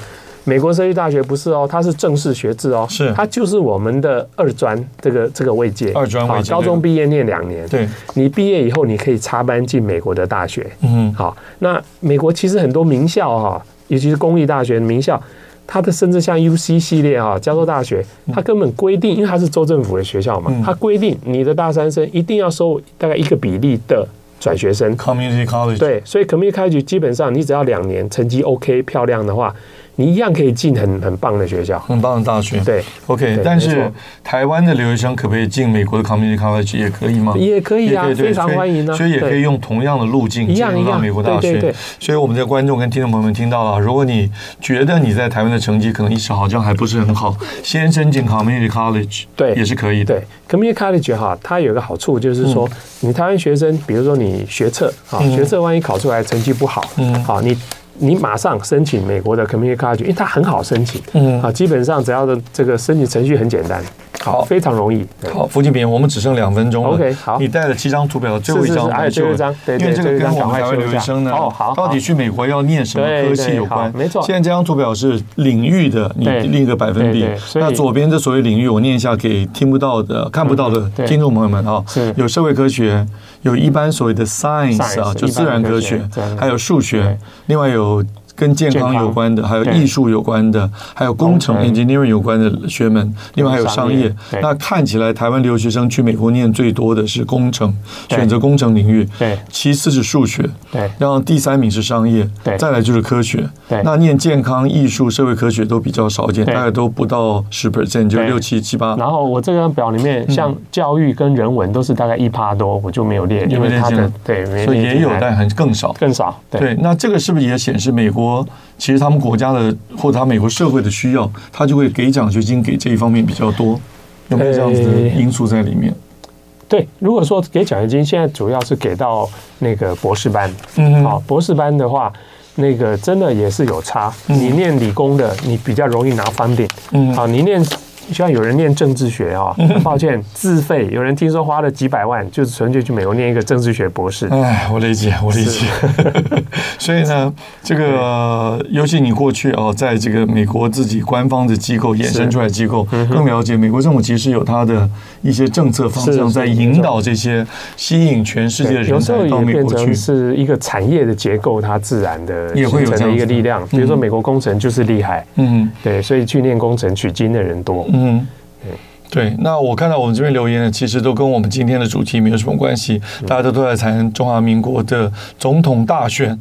[SPEAKER 2] 美国社区大学不是哦，它是正式学制哦，
[SPEAKER 1] 是
[SPEAKER 2] 它就是我们的二专这个这个位阶，
[SPEAKER 1] 二专位阶
[SPEAKER 2] 啊高
[SPEAKER 1] 对
[SPEAKER 2] 中毕业念两年，
[SPEAKER 1] 对，
[SPEAKER 2] 你毕业以后你可以插班进美国的大学，
[SPEAKER 1] 嗯
[SPEAKER 2] 好，那美国其实很多名校哈、尤其是公立大学的名校，它的甚至像 UC 系列哈、加州大学，它根本规定，因为它是州政府的学校嘛
[SPEAKER 1] 嗯，
[SPEAKER 2] 它规定你的大三生一定要收大概一个比例的转学生。
[SPEAKER 1] ，community college，
[SPEAKER 2] 对，所以 community college 基本上你只要两年成绩 OK 漂亮的话，你一样可以进很很棒的学校。
[SPEAKER 1] 很棒的大学。
[SPEAKER 2] 对
[SPEAKER 1] ，OK，
[SPEAKER 2] 对
[SPEAKER 1] 但
[SPEAKER 2] 没
[SPEAKER 1] 是
[SPEAKER 2] 错
[SPEAKER 1] 台湾的留学生可不可以进美国的 community college 也可以吗？
[SPEAKER 2] 也可以啊
[SPEAKER 1] 也对
[SPEAKER 2] 非常
[SPEAKER 1] 所以
[SPEAKER 2] 欢迎啊
[SPEAKER 1] 所以也可以
[SPEAKER 2] 对
[SPEAKER 1] 用同样的路径
[SPEAKER 2] 一
[SPEAKER 1] 进
[SPEAKER 2] 样
[SPEAKER 1] 入
[SPEAKER 2] 一
[SPEAKER 1] 到
[SPEAKER 2] 样
[SPEAKER 1] 美国大
[SPEAKER 2] 对
[SPEAKER 1] 学
[SPEAKER 2] 对对。
[SPEAKER 1] 所以我们的观众跟听众朋友们听到了，如果你觉得你在台湾的成绩可能一时好像还不是很好，先申请 community college
[SPEAKER 2] 对
[SPEAKER 1] 也是可以的。
[SPEAKER 2] 对，community college 哈，它有一个好处就是说，你台湾学生，比如说你学测啊，
[SPEAKER 1] 嗯
[SPEAKER 2] 学测万一考出来成绩不好，
[SPEAKER 1] 嗯
[SPEAKER 2] 好你。你马上申请美国的 community college，因为它很好申请，
[SPEAKER 1] 嗯
[SPEAKER 2] 啊，基本上只要的这个申请程序很简单，啊
[SPEAKER 1] 好
[SPEAKER 2] 非常容易。对
[SPEAKER 1] 好，福建平，我们只剩两分钟了。
[SPEAKER 2] OK，好
[SPEAKER 1] 你带了七张图表，最后
[SPEAKER 2] 是
[SPEAKER 1] 一
[SPEAKER 2] 是
[SPEAKER 1] 张
[SPEAKER 2] 是哎
[SPEAKER 1] 来
[SPEAKER 2] 最后一张对
[SPEAKER 1] 因为
[SPEAKER 2] 对
[SPEAKER 1] 这个
[SPEAKER 2] 最后一
[SPEAKER 1] 跟
[SPEAKER 2] 张
[SPEAKER 1] 我
[SPEAKER 2] 赶
[SPEAKER 1] 们
[SPEAKER 2] 快
[SPEAKER 1] 台湾
[SPEAKER 2] 修一
[SPEAKER 1] 留学
[SPEAKER 2] 下
[SPEAKER 1] 生呢，
[SPEAKER 2] 哦好
[SPEAKER 1] 到底
[SPEAKER 2] 好
[SPEAKER 1] 去美国要念什么
[SPEAKER 2] 对
[SPEAKER 1] 科系
[SPEAKER 2] 对
[SPEAKER 1] 有关
[SPEAKER 2] 好。没错
[SPEAKER 1] 现在这张图表是领域的，你
[SPEAKER 2] 对
[SPEAKER 1] 另一个百分比
[SPEAKER 2] 对对。所以
[SPEAKER 1] 那左边这所谓领域，我念一下给听不到的、看不到的
[SPEAKER 2] 嗯对
[SPEAKER 1] 听众朋友们啊
[SPEAKER 2] 是，
[SPEAKER 1] 有社会科学，有一般所谓的 science 啊，
[SPEAKER 2] Science，
[SPEAKER 1] 就自然科学
[SPEAKER 2] 一般科学自然科，学
[SPEAKER 1] 还有数学
[SPEAKER 2] 对，
[SPEAKER 1] 另外有。跟健康
[SPEAKER 2] 健康
[SPEAKER 1] 有关的，还有
[SPEAKER 2] 对
[SPEAKER 1] 艺术有关的，还有工程
[SPEAKER 2] 工程
[SPEAKER 1] engineering 有关的学门，另外还有商
[SPEAKER 2] 商业
[SPEAKER 1] 业。
[SPEAKER 2] 对
[SPEAKER 1] 那看起来台湾留学生去美国念最多的是工程，
[SPEAKER 2] 对
[SPEAKER 1] 选择工程领域，
[SPEAKER 2] 对
[SPEAKER 1] 其次是数学，
[SPEAKER 2] 对
[SPEAKER 1] 然后第三名是商业，
[SPEAKER 2] 对
[SPEAKER 1] 再来就是科学
[SPEAKER 2] 对。
[SPEAKER 1] 那念健康、艺术、社会科学都比较少见，大
[SPEAKER 2] 对
[SPEAKER 1] 概都不到十 percent，就
[SPEAKER 2] 对
[SPEAKER 1] 六七七八。
[SPEAKER 2] 然后我这张表里
[SPEAKER 1] 嗯
[SPEAKER 2] 面，像教育跟人文都是大概一趴多，我就没有列，
[SPEAKER 1] 有
[SPEAKER 2] 因
[SPEAKER 1] 没有
[SPEAKER 2] 为它
[SPEAKER 1] 列进
[SPEAKER 2] 的
[SPEAKER 1] 来
[SPEAKER 2] 对，没
[SPEAKER 1] 所以
[SPEAKER 2] 列
[SPEAKER 1] 也
[SPEAKER 2] 进
[SPEAKER 1] 有，
[SPEAKER 2] 来
[SPEAKER 1] 但很更少。
[SPEAKER 2] 更少。对
[SPEAKER 1] 对，那这个是不是也显示美国其实他们国家的或者他美国社会的需要，他就会给奖学金给这一方面比较多，有没有这样子的
[SPEAKER 2] 诶
[SPEAKER 1] 因素在里面？
[SPEAKER 2] 对，如果说给奖学金，现在主要是给到那个博士班。
[SPEAKER 1] 嗯
[SPEAKER 2] 好、博士班的话，那个真的也是有差。你念理工的，你比较容易拿 funding。
[SPEAKER 1] 嗯
[SPEAKER 2] 好、你念。像有人念政治学哈、很抱歉，自费。有人听说花了几百万，就是纯粹去美国念一个政治学博士。
[SPEAKER 1] 哎，我理解，我理解。 所以呢，这个尤其你过去哦，在这个美国自己官方的机构衍生出来的机构，
[SPEAKER 2] 嗯
[SPEAKER 1] 更了解美国政府其实有它的一些政策方
[SPEAKER 2] 是
[SPEAKER 1] 向，
[SPEAKER 2] 是
[SPEAKER 1] 在引导这些吸引全世界的人
[SPEAKER 2] 有时候
[SPEAKER 1] 才到
[SPEAKER 2] 也
[SPEAKER 1] 美
[SPEAKER 2] 变
[SPEAKER 1] 国
[SPEAKER 2] 成
[SPEAKER 1] 去。
[SPEAKER 2] 是一个产业的结构，它自然的
[SPEAKER 1] 也会有
[SPEAKER 2] 形成的一
[SPEAKER 1] 这样子
[SPEAKER 2] 个力量。比如说美国工程就是厉害，
[SPEAKER 1] 嗯
[SPEAKER 2] 对，所以去念工程取经的人多。
[SPEAKER 1] 嗯。对，那我看到我们这边留言的，其实都跟我们今天的主题没有什么关系，大家都都在谈中华民国的总统大选。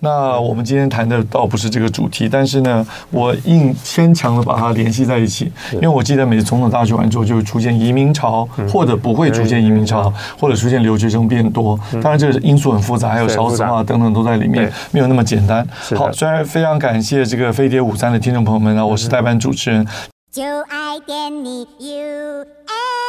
[SPEAKER 1] 那我们今天谈的倒不是这个主题，但是呢，我硬牵强的把它联系在一起，因为我记得每次总统大选完之后就会出现移民潮，
[SPEAKER 2] 嗯
[SPEAKER 1] 或者不会出现移民潮，或者出现留学生变多。当然，这个因素很复杂，还有
[SPEAKER 2] 嗯是
[SPEAKER 1] 少
[SPEAKER 2] 复
[SPEAKER 1] 子
[SPEAKER 2] 杂
[SPEAKER 1] 化等等都在里面
[SPEAKER 2] 对，
[SPEAKER 1] 没有那么简单。
[SPEAKER 2] 的
[SPEAKER 1] 好，虽然非常感谢这个飞碟午餐的听众朋友们啊，我是代班主持人
[SPEAKER 3] 就爱点你 UFO。